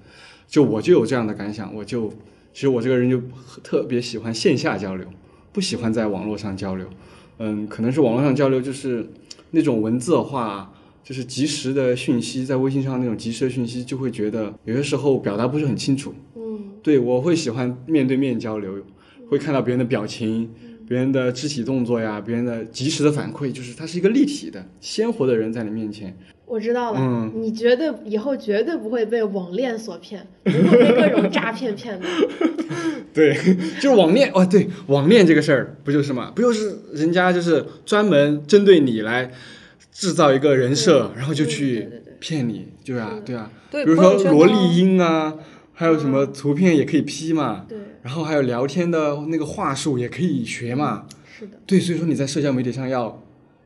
就我就有这样的感想，我就其实我这个人就特别喜欢线下交流，不喜欢在网络上交流。嗯，可能是网络上交流就是那种文字化，就是及时的讯息，在微信上那种及时的讯息，就会觉得有些时候表达不是很清楚。
嗯，
对，我会喜欢面对面交流，会看到别人的表情、别人的肢体动作呀、别人的及时的反馈，就是他是一个立体的、鲜活的人在你面前。
我知道了，
嗯
你绝对以后绝对不会被网恋所骗，不会被各种诈骗骗 (laughs) 的。
对， (laughs) 就是网恋哦，对，网恋这个事儿不就是嘛？不就是人家就是专门针对你来制造一个人设，然后就
对
去
对对对
骗你，对啊，对啊。
对
比如
朋友
说
圈
萝
呢
莉音啊，还有什么图片也可以 P 嘛，
对，
然后还有聊天的那个话术也可以学嘛。
是的，
对，所以说你在社交媒体上要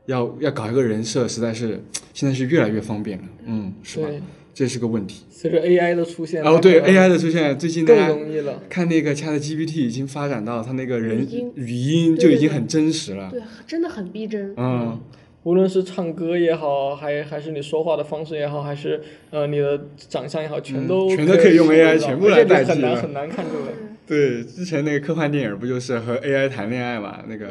要要搞一个人设，实在是现在是越来越方便了，嗯，是吧
对？
这是个问题。
随着 AI 的出现，
哦，对
它可能
，AI 的出现，最近大
更
家
容易了。
看那个 ChatGPT 已经发展到它那个人
语音
语音
对
就
对
已经
对
很真实了，
对，真的很逼真。
嗯，
无论是唱歌也好，还还是你说话的方式也好，还是呃你的长相也好，全都、
嗯全都可以用 AI 全部来
而且你
代替
很难
了
很难看出来。
对，之前那个科幻电影不就是和 AI 谈恋爱嘛？那个，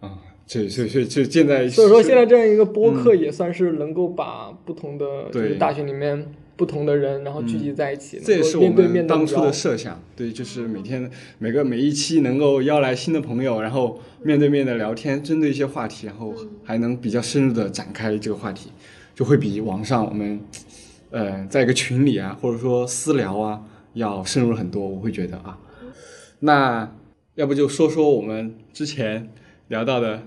啊，这这这这现在，
所以说，现在这样一个播客也算是能够把不同的、就
对
是大学里面不同的人，然后聚集在一起，
这也
能够
是我
面对面
们
地
当初的
聊
设想，对，就是每天每个每一期能够邀来新的朋友，然后面对面的聊天，针对一些话题，然后
嗯
还能比较深入的展开这个话题，就会比网上我们呃在一个群里啊，或者说私聊啊，要深入很多。我会觉得啊，
嗯
那要不就说说我们之前聊到的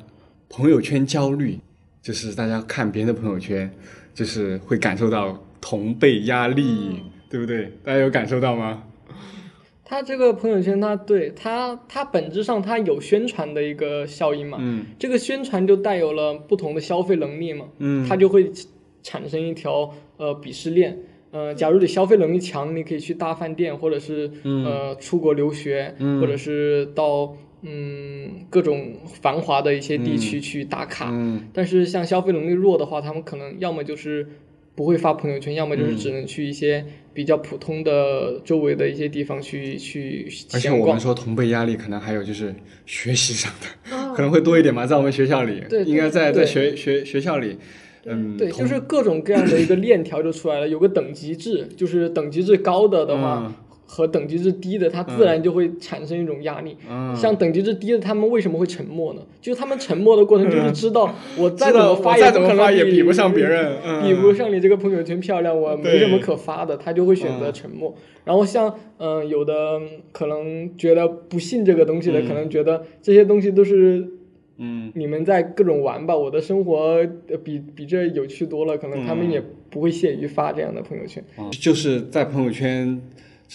朋友圈焦虑，就是大家看别人的朋友圈，就是会感受到同辈压力，
嗯
对不对？大家有感受到吗？
他这个朋友圈，他对他他本质上他有宣传的一个效应嘛，
嗯
这个宣传就带有了不同的消费能力嘛，
嗯
它就会产生一条呃鄙视链。呃，假如你消费能力强，你可以去大饭店，或者是、
嗯
呃出国留学，或者是到嗯各种繁华的一些地区去打卡。
嗯
但是像消费能力弱的话，他们可能要么就是不会发朋友圈，要么
嗯
就是只能去一些比较普通的周围的一些地方去去
而且
闲
我
逛
们。说同辈压力，可能还有就是学习上的，
哦
可能会多一点嘛，在我们学校里，
嗯对对
应该在在
对
学学学校里，嗯，
对，
同
就是各种各样的一个链条就出来了，有个等级制，就是等级制高的的话。
嗯
和等级制低的，它自然就会产生一种压力。
嗯
像等级制低的，他们为什么会沉默呢？就是他们沉默的过程，就是知道我
嗯
再
知
怎么
道
发
我
也
再
不
怎么
可能
发也比不上别人嗯
比不上你这个朋友圈漂亮，我没
对
什么可发的，他就会选择
嗯
沉默。然后像嗯、呃有的可能觉得不信这个东西的，可能觉得这些东西都是
嗯
你们在各种玩吧，我的生活呃比比这有趣多了，可能他们也不会屑于发这样的朋友圈。
嗯就是在朋友圈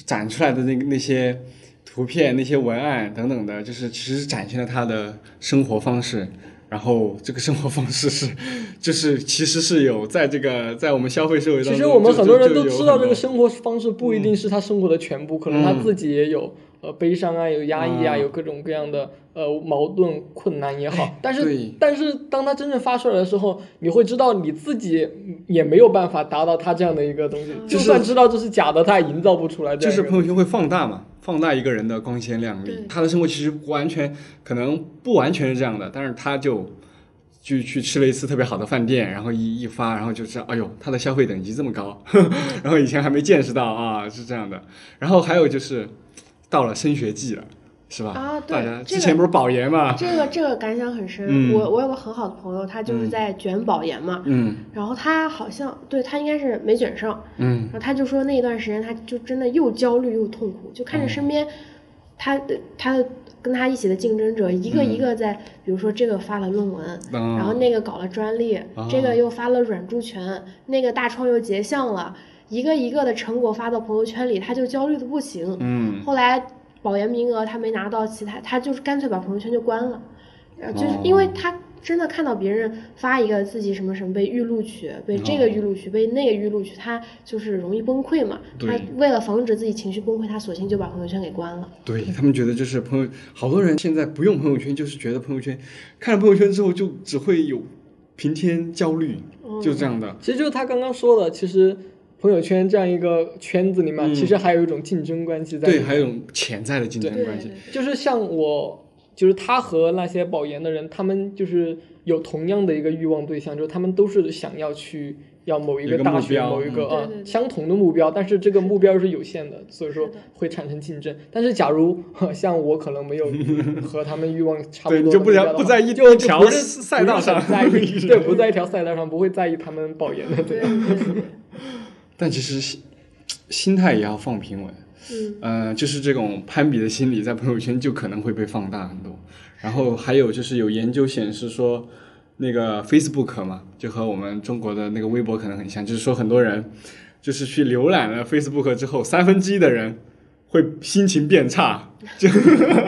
展出来的那个那些图片、那些文案等等的，就是其实展现了他的生活方式，然后这个生活方式是，就是其实是有在这个在我们消费社会当中，
其实我们
就
很多人
就
都
有
知
很
道，这
多
个生活方式不一定是他生活的全部，可能他自己也有呃悲伤啊，有压抑
嗯
啊，
哎
有各种各样的呃矛盾困难也好。但是
对，
但是当他真正发出来的时候，你会知道你自己也没有办法达到他这样的一个东西。就
就是
算知道这是假的，他也营造不出来这
就
样一
是
个。
朋友圈会放大嘛，放大一个人的光鲜亮丽
对，
他的生活其实完全可能不完全是这样的，但是他就去去吃了一次特别好的饭店，然后一一发，然后就知道，哎呦，他的消费等级这么高，
(laughs)
然后以前还没见识到啊，是这样的。然后还有就是到了升学季了，是吧？
啊对
大家
这
之
个
前不是保研嘛，
这个这个感想很深。
嗯
我我有个很好的朋友，他就是在卷保研嘛，
嗯
然后他好像对他应该是没卷上，
嗯
然后他就说那一段时间他就真的又焦虑又痛苦，就看
嗯
着身边他的他的跟他一起的竞争者一个一个在，比如说这个发了论文，
嗯
然后那个搞了专利，这个又发了软著权，那个大创又结项了，一个一个的成果发到朋友圈里，他就焦虑的不行。
嗯，
后来保研名额他没拿到，其他他就是干脆把朋友圈就关了，呃，就是
哦
因为他真的看到别人发一个自己什么什么被预录取，被这
哦
个预录取，被那个预录取，他就是容易崩溃嘛。他
对
为了防止自己情绪崩溃，他索性就把朋友圈给关了。
对他们觉得就是朋友，好多人现在不用朋友圈，就是觉得朋友圈看了朋友圈之后就只会有平添焦虑，就这样的。
其实就是他刚刚说的，其实朋友圈这样一个圈子里面，
嗯
其实还有一种竞争关系在里
对，
面。
还有一种潜在的竞争
对
关系。
就是像我，就是他和那些保研的人，他们就是有同样的一个欲望对象，就是他们都是想要去要某一
有
个
个
大
目
学、
标
某一个
嗯
啊
对对对
相同的目标，但是这个目标是有限的，所以说
是的
会产生竞争。但是假如呵像我可能没有和他们欲望差不
对，
多
你
的目标的话，
就不在不在一
就
一
就
条
不是
赛道上
不
(laughs)
是很在
一
意，
直
对，不在一条赛道上，不会在意他们保研的
(laughs)
对。
对对对，
但其实心心态也要放平稳。
嗯，
呃，就是这种攀比的心理在朋友圈就可能会被放大很多。然后还有就是有研究显示说，那个 Facebook 嘛，就和我们中国的那个微博可能很像，就是说很多人就是去浏览了 Facebook 之后，三分之一的人会心情变差，就 (laughs)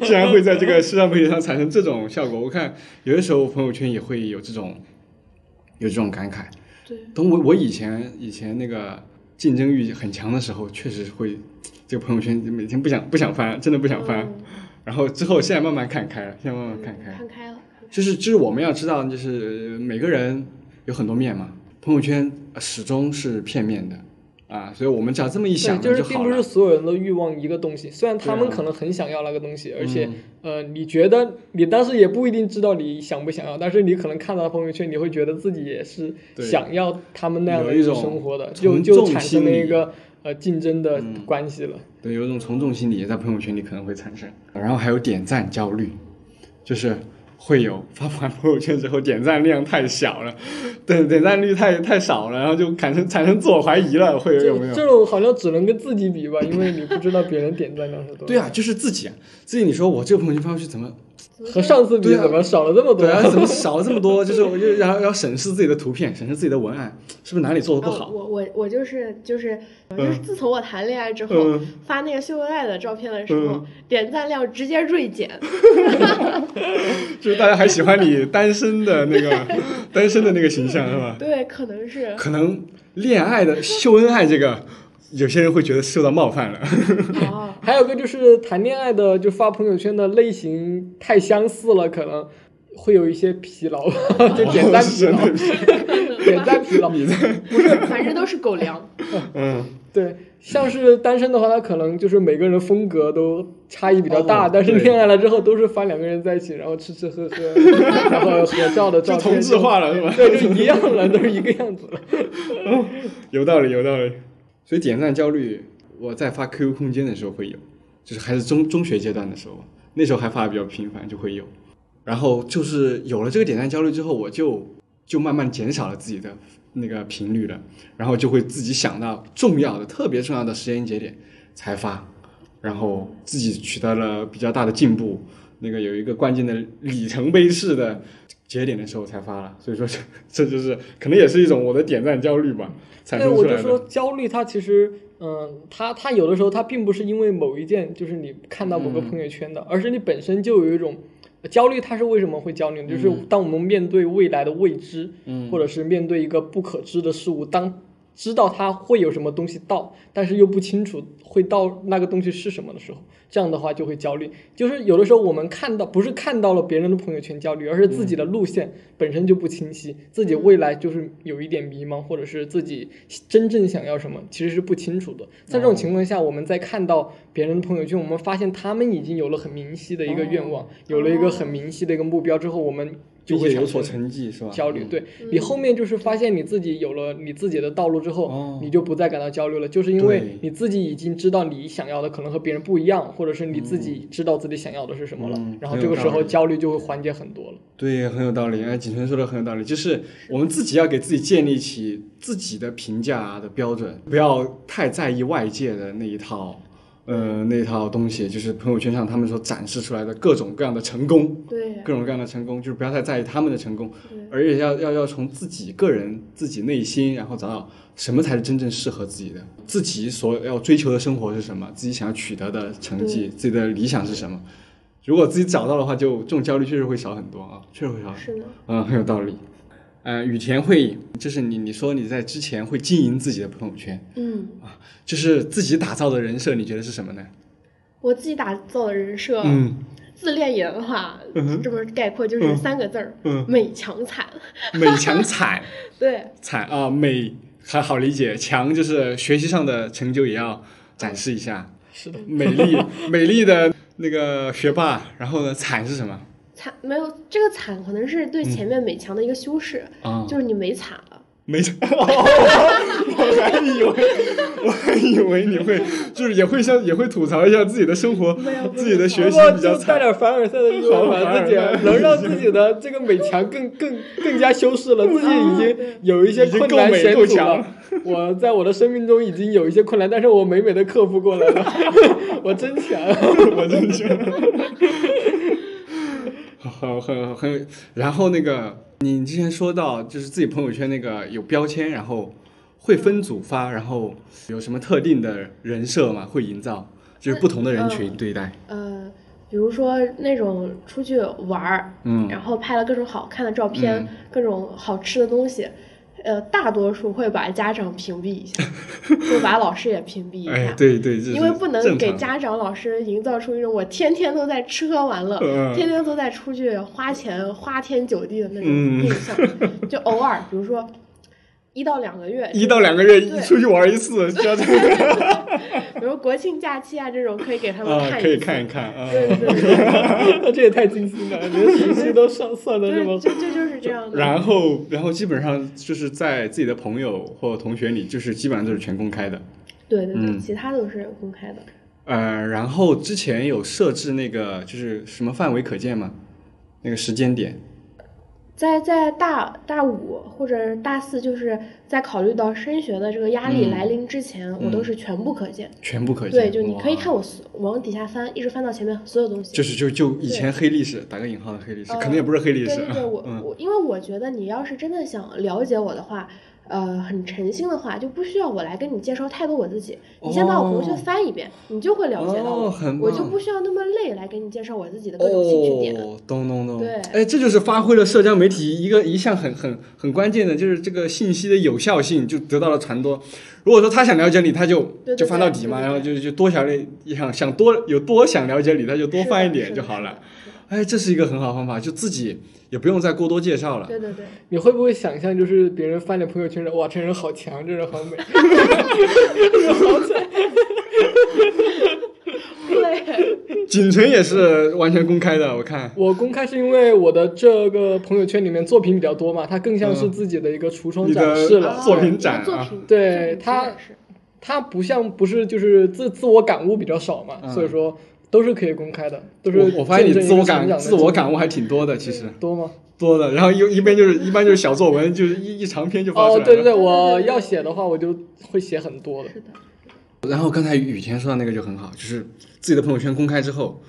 竟然会在这个社交媒体上产生这种效果。我看有的时候朋友圈也会有这种有这种感慨。
对，
等我我以前以前那个竞争欲很强的时候，确实会这个朋友圈每天不想不想翻，真的不想翻。
嗯
然后之后现在慢慢看开了，现在慢慢看开了。
看开了，
就是就是我们要知道，就是呃每个人有很多面嘛，朋友圈呃始终是片面的啊，所以我们只要这么一
对，
想
就
呢
是并
好
不是
了。
所有人都欲望一个东西，虽然他
对
们
啊嗯
可能很想要那个东西，而且、呃，你觉得你当时也不一定知道你想不想要，但是你可能看到朋友圈，你会觉得自己也是
对
想要他们那样的
有一
种
种
生活的，就
从
就
众
产
心嗯
生了一
理
个呃竞争的关系了。
对，有一种从众心理也在朋友圈里可能会产生，然后还有点赞焦虑，就是会有发完朋友圈之后点赞量太小了，对，点赞率太太少了，然后就产生产生自我怀疑了，会有啊有没
这
有？
这种好像只能跟自己比吧，因为你不知道别人点赞量是多少。
对啊，就是自己啊，自己你说我这个朋友圈发过去怎么
和上次比
对啊
怎么少了这么
(laughs)
多？
对啊，怎么少了这么多？就是我就然后要审视自己的图片，审视自己的文案，是不是哪里做的不
啊
好？
我我我就是就是就是自从我谈恋爱之后、
嗯
发那个秀恩爱的照片的时候，
嗯
点赞量直接锐减。
就是大家还喜
(laughs)
欢你单身的那个单身的那个形象是吧？
对，可能是
可能恋爱的秀恩爱这个，有些人会觉得受到
(laughs)
冒犯了。
哦，
还有个就是谈恋爱的，就发朋友圈的类型太相似了，可能会有一些疲劳， (laughs) 就点
(laughs)
赞疲劳，
哦
点赞疲劳。
不是，反正都是狗粮。
嗯，
(laughs) 对，像是单身的话，他可能就是每个人风格都差异比较大，
哦
但是
对
恋爱了之后都是发两个人在一起，然后吃吃喝喝，
(laughs)
然后合照的照
就
片
同质化了是吧？
对，就一 (laughs) 样了，都是一个样子了。
有道理，有道理。所以点赞焦虑，我在发 QQ 空间的时候会有，就是还是中中学阶段的时候，那时候还发的比较频繁，就会有。然后就是有了这个点赞焦虑之后，我就就慢慢减少了自己的那个频率了，然后就会自己想到重要的、特别重要的时间节点才发，然后自己取得了比较大的进步。那个有一个关键的里程碑式的节点的时候才发了，所以说这这就是可能也是一种我的点赞焦虑吧，产
对，
生
我
出
就
来
说
的。
焦虑，它其实，嗯，它它
嗯
有的时候它并不是因为某一件，就是你看到某个朋友圈的，而是你本身就有一种焦虑它是为什么会焦虑呢？就是
嗯
当我们面对未来的未知，
嗯
或者是面对一个不可知的事物，当知道它会有什么东西到，但是又不清楚会到那个东西是什么的时候，这样的话就会焦虑。就是有的时候我们看到不是看到了别人的朋友圈焦虑，而是自己
嗯
的路线本身就不清晰，自己未来就是有一点迷茫，或者是自己真正想要什么其实是不清楚的。在
哦
这种情况下，我们在看到别人的朋友圈，我们发现他们已经有了很明晰的一个愿
哦
望，有了一个很明晰的一个目标之后，我们就
并
会
且有
产
所
生
成绩是吧？
焦虑。
嗯，
对你后面就是发现你自己有了你自己的道路之
哦
后，你就不再感到焦虑了，就是因为
对
你自己已经知道你想要的可能和别人不一样，或者是你自己知道自己想要的是什么了
嗯，
然后
很
这
有
个时
道
候
理
焦虑就会缓解很多了。
对，很有道理。哎，景纯说的很有道理，就是我们自己要给自己建立起自己的评价的标准，不要太在意外界的那一套，呃，那一套东西，就是朋友圈上他们所展示出来的各种各样的成功，
对呀
各种各样的成功，就是不要太在意他们的成功
对，
而且要要要从自己个人、自己内心，然后找到什么才是真正适合自己的，自己所要追求的生活是什么，自己想要取得的成绩，自己的理想是什么。如果自己找到的话，就这种焦虑确实会少很多啊，确实会少很多。
是的，
嗯，很有道理。嗯，雨田会就是你你说你在之前会经营自己的朋友圈，
嗯。
就是自己打造的人设，你觉得是什么呢？
我自己打造的人设，
嗯，
自恋也的话，
嗯哼
这么概括就
嗯
是三个字儿：
嗯
美强惨。 (laughs)
啊美强惨。
对，
惨啊、美还好理解，强就是学习上的成就也要展示一下，
是的，
美
(laughs)
丽美丽的那个学霸，然后呢，惨是什么？
惨没有这个惨，可能是对前面美强的一个修饰，
嗯啊、
就是你美惨了。
没
(laughs)
惨。我还以为我还以为你会就是也会像也会吐槽一下自己的生活
没有，
自己的学
不
习
过
比较
就带
惨。
点凡尔赛的意味
好
把
凡
自己
尔赛
能让自己的这个美强更更更加修饰了，自己已经有一些
已经
困
够
难
美
险
够
阻
强
了。我在我的生命中已经有一些困难，但是我美美的克服过来了， (laughs) 我真强。
我真的觉得，好很很有。然后那个，你之前说到就是自己朋友圈那个有标签，然后会分组发，然后有什么特定的人设吗？会营造，就是不同的人
嗯
群对待。
呃，比如说那种出去玩儿，
嗯
然后拍了各种好看的照片，
嗯
各种好吃的东西。呃，大多数会把家长屏蔽一
(laughs)
下，就把老师也屏蔽一下。
哎，对对，这是
因为不能
正
给
常
家长、老师营造出一种我天天都在吃喝玩乐，
嗯
天天都在出去花钱、花天酒地的那种
嗯
印象。就偶尔，比如说一到两个月，
一到两个月
对
出去玩一次，家长
比如国庆假期啊这种，可以给他们
啊
看一
可以
次
看一看啊。
对对对，
(laughs) 这也太精心了，连时序都算算
(laughs)
的这
对
么
就就就是这样的。
然后，然后基本上就是在自己的朋友或同学里，就是基本上都是全公开的。
对对对，
嗯
其他都是公开的。
呃，然后之前有设置那个就是什么范围可见吗？那个时间点
在在大大五或者大四，就是在考虑到升学的这个压力
嗯
来临之前，我
嗯
都是全部可见。
全部可见。
对，就你可以
哇
看我所往底下翻，一直翻到前面所有东西。
就是就就以前黑历史，打个引号的黑历史，可能也不是黑历史。
呃对对对，我、
嗯
我因为我觉得你要是真的想了解我的话，呃，很诚心的话，就不需要我来跟你介绍太多我自己。你先把我朋友
哦
圈翻一遍，你就会了解到我，
哦很
我就
棒
不需要那么累来给你介绍我自己的各种兴趣点。
哦，懂懂懂。
对
哎，这就是发挥了社交媒体一个一项很很很关键的，就是这个信息的有效性就得到了传播。如果说他想了解你，他就
对对
就翻到底
对
嘛，
对对
然后就就多想了想想多有多想了解你，他就多
是
翻一
的
点
是
就
的
好
是
了
的。
哎，这是一个很好的方法，就自己也不用再过多介绍了。
对对对，
你会不会想象，就是别人翻你朋友圈说，哇，这人好强，这人好美， (laughs)
对，
仅存也是完全公开的，我看。
我公开是因为我的这个朋友圈里面作品比较多嘛，它更像是自己的一个橱窗
你的
展示了。
啊
(laughs) 作品
一个
展
作
啊
品
对
作品集
他
展示
它不像不是就是自自我感悟比较少嘛，
嗯
所以说都是可以公开的，都是
我我发现你
见
自
证
我
一个成长
感
的
自我感悟还挺多的，其实
多吗？
多的。然后又一般就是一般就是小作文，就是一一长篇就发出来
哦，
了。
对对对，
对
我
对对
要写的话，我就会写很多的。
是的，
然后刚才雨田说的那个就很好，就是自己的朋友圈公开之后，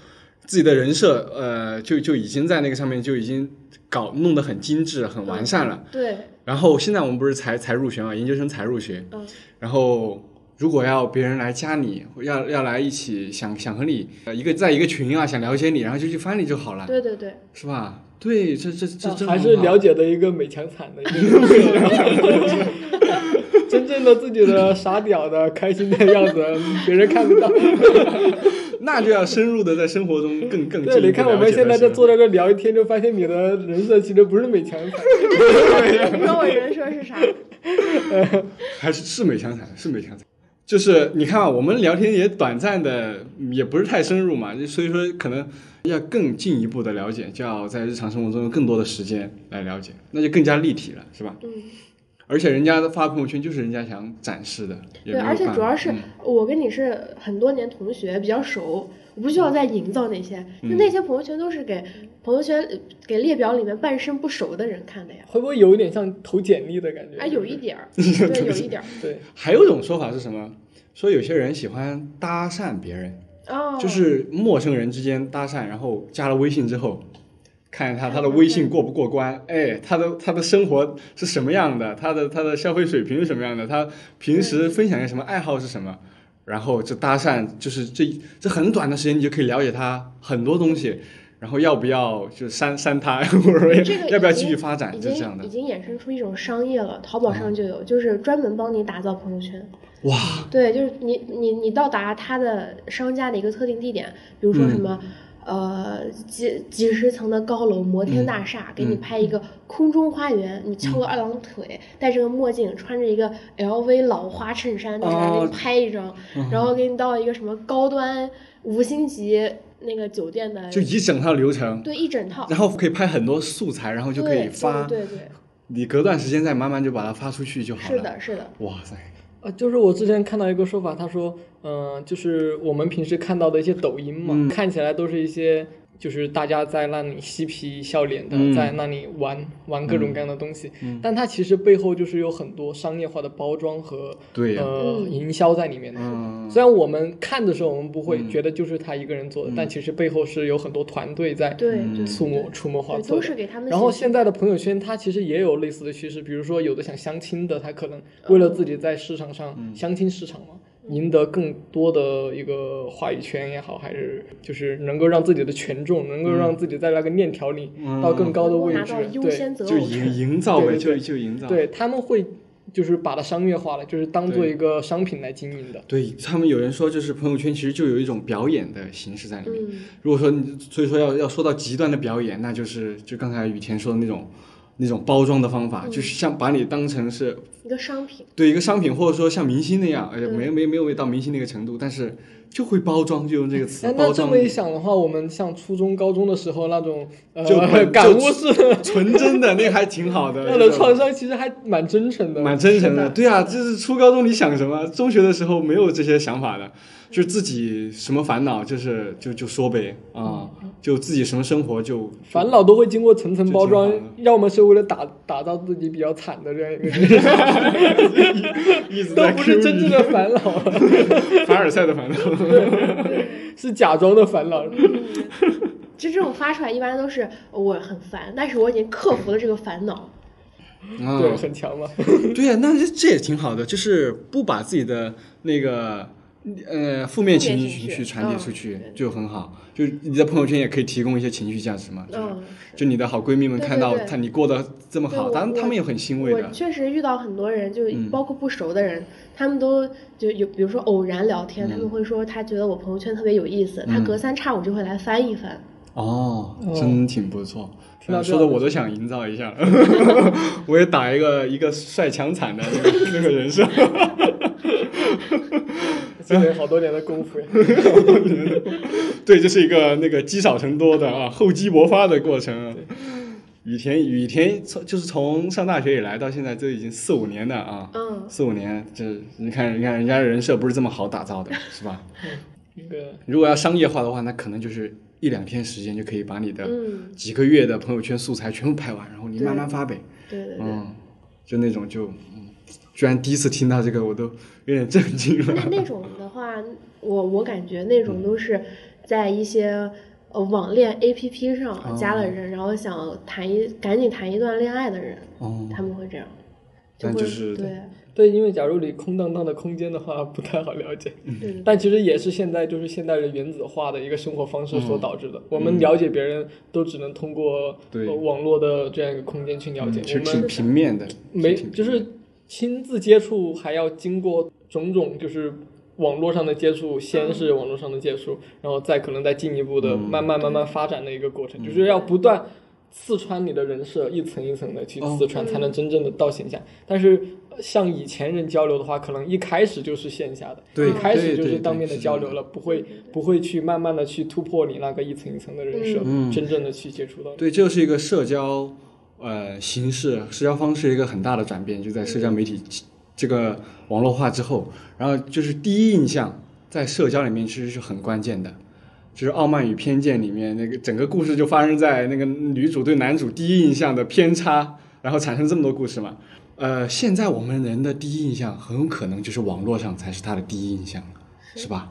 自己的人设呃就就已经在那个上面就已经搞弄得很精致、很完善了。
对，
然后现在我们不是才才入学嘛，研究生才入学，
嗯，
然后如果要别人来加你，要要来一起想想和你呃一个在一个群啊，想了解你，然后就去翻你就好了，
对对
(laughs)
对，
是吧？对，这这这这
还是了
解
解的一个美强惨的一个， (laughs) 真正的自己的傻屌的开心的样子，别人看不 (laughs) 到。
那就要深入的在生活中更更进一
对，
步
你看我
了
们
解
现在
才行
在坐在这聊一天，就发现你的人设其实不是美强惨，
你说我人设是啥？
还是是美强惨，是美强惨。就是你看啊，我们聊天也短暂的，也不是太深入嘛，所以说可能要更进一步的了解，就要在日常生活中有更多的时间来了解，那就更加立体了，是吧？
嗯。
而且人家发朋友圈就是人家想展示的，也
对，
没有
而且
办
主要
法
是
嗯
我跟你是很多年同学，比较熟，我不需
嗯
要再营造那些，就那些朋友圈都是给朋友圈呃给列表里面半生不熟的人看的呀。
会不会有一点像投简历的感觉？
啊，有一
(laughs)
点儿，对，有一点儿，
对，
还有一种说法是什么？说有些人喜欢搭讪别人，
哦，
就是陌生人之间搭讪，然后加了微信之后，看一下他的微信过不过关，
嗯
哎，他的他的生活是什么样的，他的他的消费水平是什么样的，他平时分享些什么爱好是什么，然后这搭讪就是这这很短的时间你就可以了解他很多东西，然后要不要就删删他， (laughs) 或者说
这个
要不要
已
继续
经
发展，
已
就
经
这样的嗯
已。经衍生出一种商业了，淘宝上就有，就是专门帮你打造朋友圈。
哇，
对，就是你你你到达他的商家的一个特定地点，比如说什
嗯
么。呃，几几十层的高楼，摩天大厦，给你
嗯
拍一个空中花园，你翘个二郎腿，戴着个墨镜，穿着一个 LV 老花衬衫，在那儿给
哦
你拍一张，然后给你到一个什么高端五星级那个酒店的，
就一整套流程，
对一整套，
然后可以拍很多素材，然后就可
对
以发，
对对对，
你隔段时间再慢慢就把它发出去就好了。
是的，是的，
哇塞，
啊，就是我之前看到一个说法，他说，嗯、就是我们平时看到的一些抖音嘛，
嗯
看起来都是一些就是大家在那里嬉皮笑脸的，
嗯
在那里玩玩各种各样的东西，
嗯
但它其实背后就是有很多商业化的包装和
对呀
呃
嗯
营销在里面的。
嗯
虽然我们看的时候我们不会
嗯
觉得就是他一个人做的，
嗯
但其实背后是有很多团队在
对
嗯
对，
出谋
对
出谋划
对
策
都
的
是。给他们写信。
然后现在的朋友圈，它其实也有类似的趋势，比如说有的想相亲的，他可能为了自己在市场上、
嗯
相亲市场嘛，赢得更多的一个话语权也好，还是就是能够让自己的权重，能够让自己在那个链条里
嗯
到更高的
能够
位
拿
置
到，优
对
先择
就
偶
营
权，
营造呗，
对
就
对
就营造。
对，他们会就是把它商业化了，就是当做
对
一个商品来经营的。
对他们有人说，就是朋友圈其实就有一种表演的形式在里面。
嗯
如果说你，所以说要要说到极端的表演，那就是就刚才雨田说的那种那种包装的方法，
嗯
就是像把你当成是
一个商品。
对一个商品，或者说像明星那样，哎呀，
嗯
对
没没没有到明星那个程度，但是就会包装，就用这个词
哎那
包
那这
装
么一想的话，我们像初中、高中的时候那种呃 (laughs)
就就
感悟式的
纯真的，那个还挺好的。
(laughs) 那种创伤，其实还蛮真诚的，
蛮真诚
是
的，对啊，就是初高中你想什么，中学的时候没有这些想法的，就自己什么烦恼就是就就说呗啊、就自己什么生活就
烦恼都会经过层层包装
就挺好，
要么是为了打打造自己比较惨的
(laughs)
这样一个人，
一直
都
在
不是
Q
真
(laughs)
正
你
的烦恼，
凡尔赛的烦恼，
是假装的烦恼。
嗯
就这种发出来一般都是我很烦，但是我已经克服了这个烦恼。
对，
啊
很
(laughs)
强嘛。
对啊，那这这也挺好的，就是不把自己的那个呃负面情
负
绪
面情绪
传递
嗯
出去、
对
就很好，就你在朋友圈也可以提供一些情绪价值嘛，就是
嗯，
就你的好闺蜜们
对
看
对
到
对
她你过得这么
对
好，
我
当然她
我
们也很欣慰
我
的。
确实遇到很多人，就
嗯
包括不熟的人，他们都就有，比如说偶然聊天，他们会说他觉得我朋友圈特别有意思，他
嗯
隔三差五就会来翻一翻。
哦
哦，
真挺不错。嗯
听到这
说
样
的我都想营造一下， (laughs) 我也打一个一个帅强惨的那个那个人设。 (laughs)
积累好多年的功夫呀。
对，这是一个那个积少成多的啊，厚积薄发的过程啊。雨田，雨田从就是从上大学以来到现在，这已经四五年了啊，
嗯，
四五年，这你看，你看人家人设不是这么好打造的，是吧？
那个
如果要商业化的话，那可能就是一两天时间就可以把你的
嗯
几个月的朋友圈素材全部拍完，然后你慢慢发呗。
对对对。
嗯，就那种就，嗯，居然第一次听到这个，我都有点震惊
那
了。
那种的话，我我感觉那
嗯
种都是在一些呃网恋 APP
哦
上加了人，然后想谈一赶紧谈一段恋爱的人，
哦，
他们会这样。
但
会
就是
对
对，因为假如你空荡荡的空间的话，不太好了解。
嗯
对
但其实也是现在就是现代人原子化的一个生活方式
嗯
所导致的。我们了解别人都只能通过、
对嗯
呃网络的这样一个空间去了解，
其实
我
挺
们
平面的，
没
挺
就是亲自接触，还要经过种种就是网络上的接触，先是网络上的接触，然后再可能再进一步
嗯
的慢慢慢慢发展的一个过程，就是要不断刺穿你的人设，一层一层的去
哦
刺穿，才能真正的到线下。但是呃像以前人交流的话，可能一开始就是线下的，
对
一开
对
始就
对
是当
对
面的
是
交
这
流
样
了，不会不会去慢慢的去突破你那个一层一层的人设，
嗯
真正的去接触到你。
对，这就是一个社交呃形式、社交方式一个很大的转变，就在社交媒体这个网络化之后，然后就是第一印象在社交里面其实是很关键的。就是《傲慢与偏见》里面那个整个故事就发生在那个女主对男主第一印象的偏差，然后产生这么多故事嘛。呃，现在我们人的第一印象很有可能就是网络上才是他的第一印象了，是吧？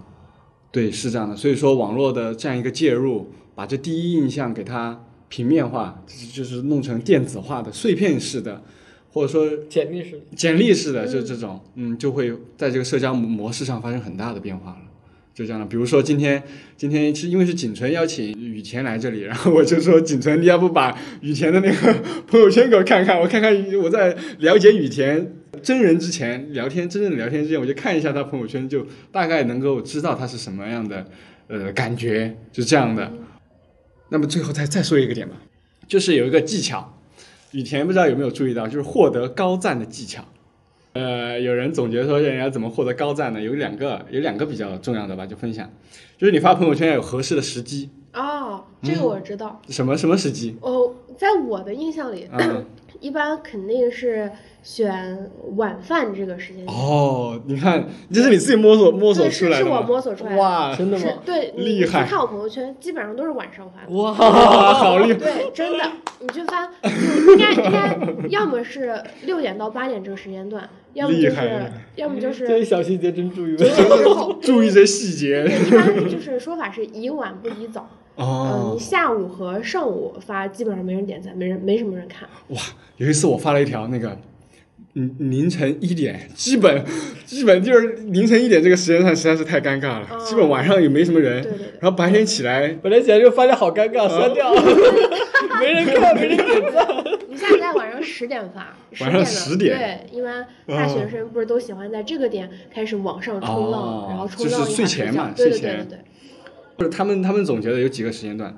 对，是这样的。所以说，网络的这样一个介入，把这第一印象给它平面化，就是就是弄成电子化的、碎片式的，或者说
简历是
简历式的，就这种，嗯，就会在这个社交模式上发生很大的变化了。就这样的，比如说今天，今天是因为是景纯邀请雨田来这里，然后我就说景纯，你要不把雨田的那个朋友圈给我看看，我看看我在了解雨田真人之前聊天，真正的聊天之前，我就看一下他朋友圈，就大概能够知道他是什么样的呃感觉，就这样的。那么最后再再说一个点吧，就是有一个技巧，雨田不知道有没有注意到，就是获得高赞的技巧。呃，有人总结说人家怎么获得高赞呢？有两个，有两个比较重要的吧，就分享，就是你发朋友圈要有合适的时机，
哦，这个我知道。
什么什么时机？
哦，在我的印象里， (laughs)
嗯
一般肯定是选晚饭这个时间。
哦，你看，这是你自己摸索摸索
对，
出
是
来
是
的吗啊
我摸索出来的。
哇，
真的
是 (laughs)
吗？
对，你
厉害
你去看我朋友圈，基本上都是晚上发的。
哇，好厉害！ (laughs)
对，真的，你去翻，就应该应该，要么是六点到八点这个时间段，要么就
厉害厉
是
害，
要么就
这些
是
小细节真注意了。
之后，
注意这些细节
一般就是说法是宜晚不宜早。嗯，
哦
你。下午和上午发，基本上没人点赞，没人没什么人
(laughs)
看。
哇，有一次我发了一条那个，嗯，凌晨一点，基本基本就是凌晨一点这个时间段实在是太尴尬了，
哦
基本晚上也没什么人，
对对对
然后白天起来
本来起来就发现好尴
嗯
尬，删掉，
(laughs)
没人看，没人点赞。
你下次在晚上十点发，十
晚
点
上
的
10点
对，一般大学生不是都喜欢在这个点开始往上冲浪，
哦
然后冲浪
就是
一
睡
下
前
睡
嘛
觉，对对对
睡
对
前
对，
就是他们他们总结的有几个时间段，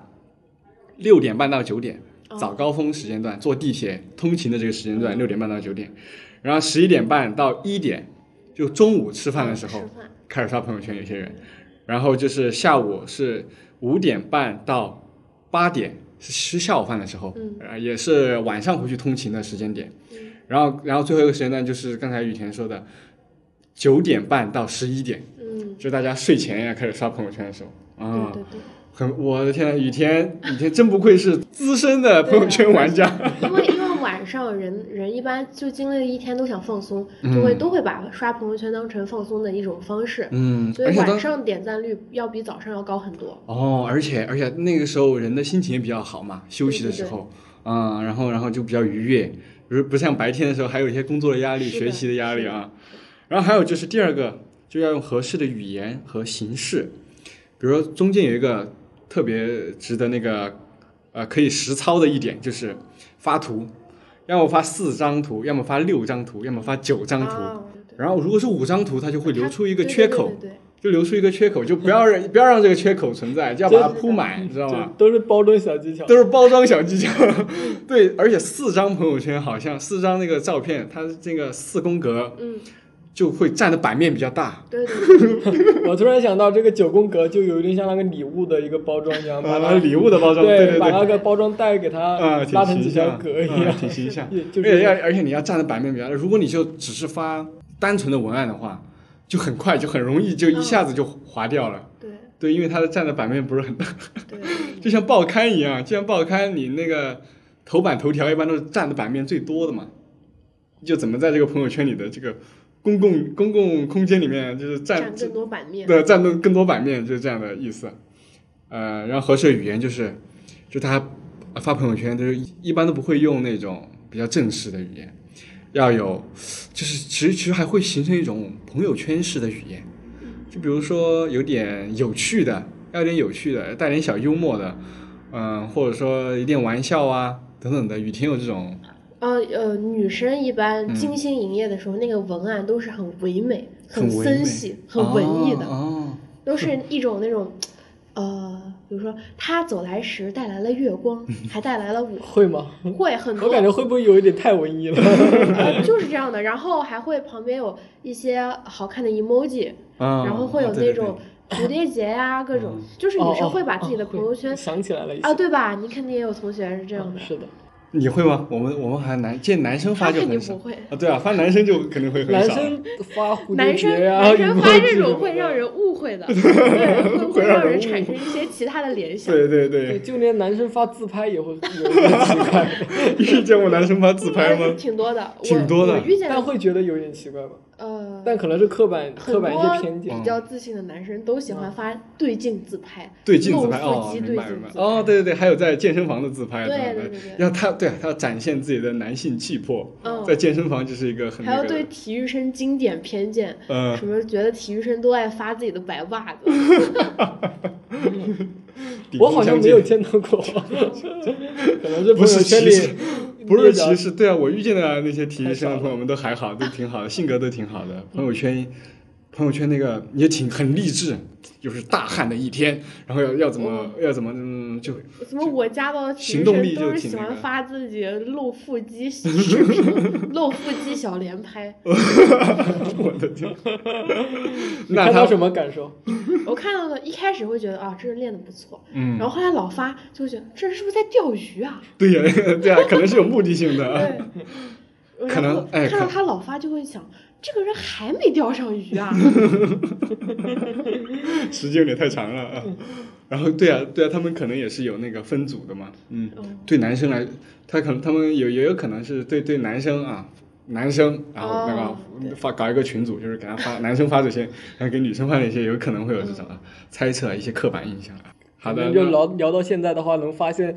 六点半到九点，
哦
早高峰时间段，坐地铁通勤的这个时间段，六点半到九点，然后十一点半到一点，就中午吃饭的时候
哦吃饭
开始刷朋友圈，有些人，然后就是下午是五点半到八点是吃下午饭的时候，
嗯
呃也是晚上回去通勤的时间点，然后然后最后一个时间段就是刚才雨田说的九点半到十一点，
嗯，
就大家睡前呀开始刷朋友圈的时候，啊、
对对对。
很，我的天呐，雨天，雨天真不愧是资深的朋友
啊
圈玩家。
因为因为晚上人人一般就经历了一天都想放松，就会都会把刷朋友圈当成放松的一种方式，
嗯
所
而
以
且
晚
当
上点赞率要比早上要高很多。
哦，而且而且那个时候人的心情也比较好嘛，休息的时候，啊，然后然后就比较愉悦，不是不像白天的时候还有一些工作的压力、
是的
学习的压力啊。然后还有就是第二个，就要用合适的语言和形式，比如说中间有一个特别值得那个呃可以实操的一点就是发图，要么发四张图，要么发六张图，要么发九张图。
啊
然后如果是五张图，它就会留出一个缺口，
对对对对
就留出一个缺口，就不要让不要让这个缺口存在，就要
嗯
把它
对对对
铺满，你知道
这
吗？
都是包装小技巧
都。是包装小技巧， (laughs) 对，而且四张朋友圈好像四张那个照片，它这个四宫格
嗯，
就会占的版面比较大，
对对对，
我突然想到，这个九宫格就有点像那个礼物的一个包装一样，把
啊，
它
礼物的包装，对
对，
对
把那
对，
个包装袋给它
啊，
拉
挺
成
形
几条
象，
格一
啊
样，
挺形 (laughs) 象，
也就
而且要
是
而且你要占的版面比较大，如果你就只是发单纯的文案的话，就很快就很容易就一
嗯
下子就划掉了，
对
对，因为它的占的版面不是很大。 (laughs)
对，
就像报刊一样，就像报刊，你那个头版头条一般都是占的版面最多的嘛。就怎么在这个朋友圈里的这个公共公共空间里面，就是占
占更多版面。
对占更更多版面，就是这样的意思。呃，然后合适的语言就是，就他发朋友圈，就是一般都不会用那种比较正式的语言，要有，就是其实其实还会形成一种朋友圈式的语言，就比如说有点有趣的，要有点有趣的，带点小幽默的，嗯，或者说一点玩笑啊等等的，雨婷有这种
呃呃，女生一
嗯
般精心营业的时候，那个文案都是很唯美、很
唯美
森系、很文艺的，
哦，
都是一种那种，呃，比如说他走来时带来了月
(laughs)
光，还带来了我，
会吗？
会很多，
我感觉会不会有一点太文艺了？
呃就是这样的。然后还会旁边有一些好看的 emoji，、
哦
然后会有
对对嗯
那种蝴蝶结呀、各种，就是
哦
女生
哦
会把自己的
哦
朋友圈
会 (laughs) 想起来了一些
啊，对吧？你肯定也有同学是这样的，
是的，
对你会吗？我们我们还男见男嗯生发就
他肯
很
定
少
不会
啊，对啊，发男生就肯定会很
男
少，
生发蝴蝶
男生
结啊，
男生发这种
emoji
会让人误会
(laughs)
的，对，会会
会让
让人
人误
产
会
生一些其他的联想。
对对
对，
(laughs) 对，
就连男生发自拍
(laughs)
也会有一点奇怪，
你是见过男生发自拍
呃
吗？
挺多的，我
挺多的嗯
我遇见的
但会觉得有点奇怪吧？
呃，
但可能是刻板
很
刻
多
板一些偏见。
比较自信的男生都喜欢发对镜自拍，
对镜自拍
露
哦，
腹肌
明
对
白明
镜
白
自拍。
哦，对对对，还有在健身房的自拍，
对
吧
对对对
要他对啊，他要展现自己的男性气魄，
嗯
在健身房就是一个很
还
那
有
个
对
的，
体育生经典偏见，
嗯
什么觉得体育生都爱发自己的白袜子， (laughs)
顶
我
峰
好像
相
没有
见
见 (laughs) 到过，可能是
不
朋友
是
圈
歧视
里，
不是
那
歧
个
视，对啊，我遇见的那些体育
太
生的
少
朋友们都还好，都挺好的，性格都挺好的，朋友圈。朋友圈那个也挺很励志，就是大汗的一天，然后要要怎么要怎么嗯就
什么我家的体育
行动力
生都
就挺
是喜
那
欢
个
发自己露腹肌
(laughs)
视频、露腹肌小连拍。
我的天，
你
那
看
他
到什么感受？
我看到的一开始会觉得啊，这人练的不错，
嗯
然后后来老发就会觉得这人是不是在钓鱼啊？
(laughs) 对呀、对呀、可能是有目的啊性的。
对，
可
然
能
后
哎
看到
可
他老发就会想，这个人还没钓上鱼
(laughs)
啊？
(laughs) 时间有点太长了
嗯
啊。 (laughs) 然后对啊，对啊，他们可能也是有那个分组的嘛。嗯，对男生来，他可能他们有也有可能是对对男生啊，男生，然后那
哦
个发搞一个群组，就是给他发男生发这些，然后给女生发这些，有可能会有这种
嗯
啊猜测啊一些刻板印象啊。好
我
的，
们就
那
聊聊到现在的话，能发现。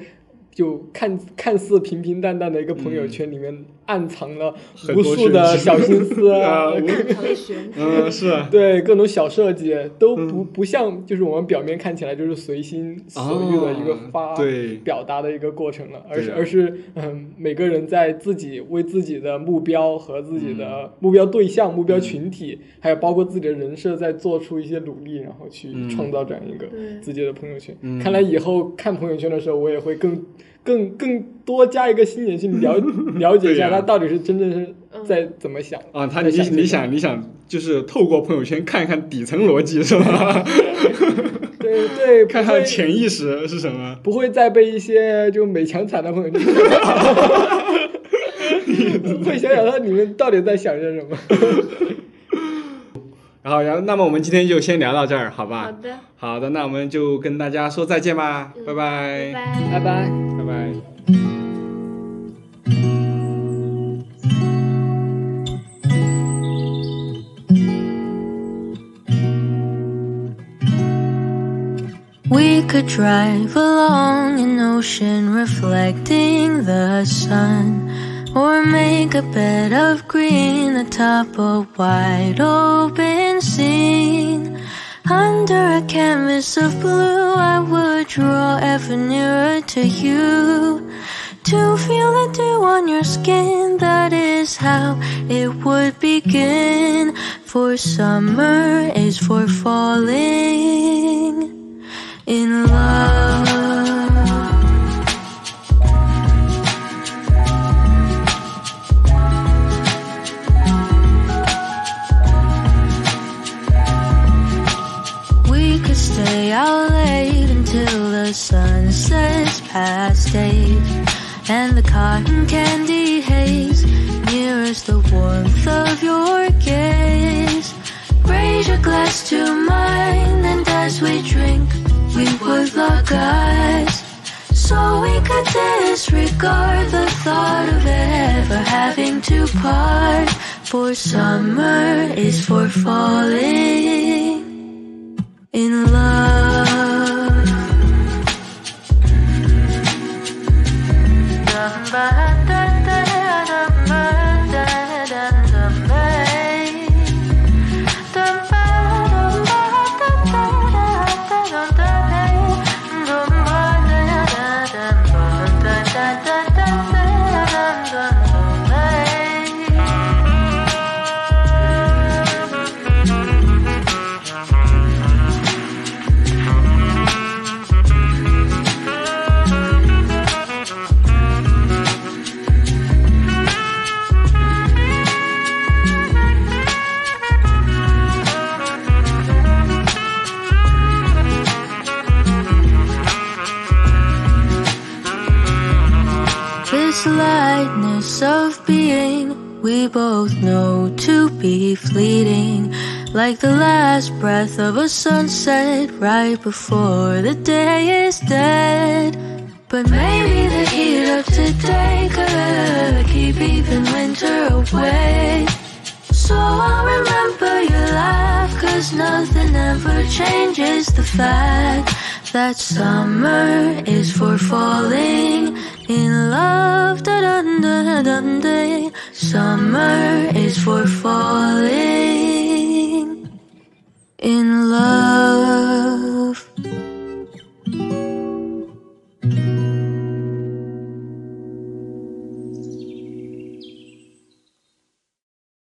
就看看似平平淡淡的一个朋友圈里面，暗藏了
嗯很
无
多
数的
玄机
小心
(laughs)
思
啊
啊，
我
看他的玄机，
嗯是啊，
对各种小设计都不、
嗯
不像，就是我们表面看起来就是 (laughs) 随心所欲的一个
哦
发、
对
表达的一个过程了，而
对
是、
啊
而是嗯，每个人在自己为自己的目标和自己
嗯
的目标对象、目标群体，还有包括自己的人设，在做出一些努力，然后去
嗯
创造这样一个
对
自己的朋友圈。
嗯
看来以后看朋友圈的时候，我也会更更更多加一个心眼去
(laughs)
了了解一下
对呀
他到底是真正是
嗯
在怎么想
啊，他
在
你
想这
你
个
想你想就是透过朋友圈看一看底层逻辑是吗？
对
(laughs)
对，
看
不
看
会
潜意识是什么？
不会再被一些就美强惨的朋友圈 (laughs) 会想想他里面到底在想些什么。
然后，然后，那么我们今天就先聊到这儿，好吧？
好的，
好的，那我们就跟大家说再见吧，
嗯
拜
拜
拜，
拜。
拜拜。
拜拜。
We could drive along an ocean reflecting the sun, or make a bed of green atop a wide open scene. Under a canvas of blue, I would draw ever nearer to you. To feel the dew on your skin, that is how it would begin. For summer is for falling in love. We could stay out late until the sun sets past eight, and the cotton candy haze mirrors the warmth of your gaze. Raise your glass to mine, and as we drink, we would lock eyes. So we could disregard the thought of ever having to part. For summer is for falling in love. Dum ba da da da dum ba da. sense of being we both know to be fleeting, like the last breath of a sunset right before the day is dead. But maybe the heat of today could keep even winter away. So I'll remember your laugh, cause nothing ever changes the fact that summer is for falling in love. Da-dun-da-dun-day. Summer is for falling.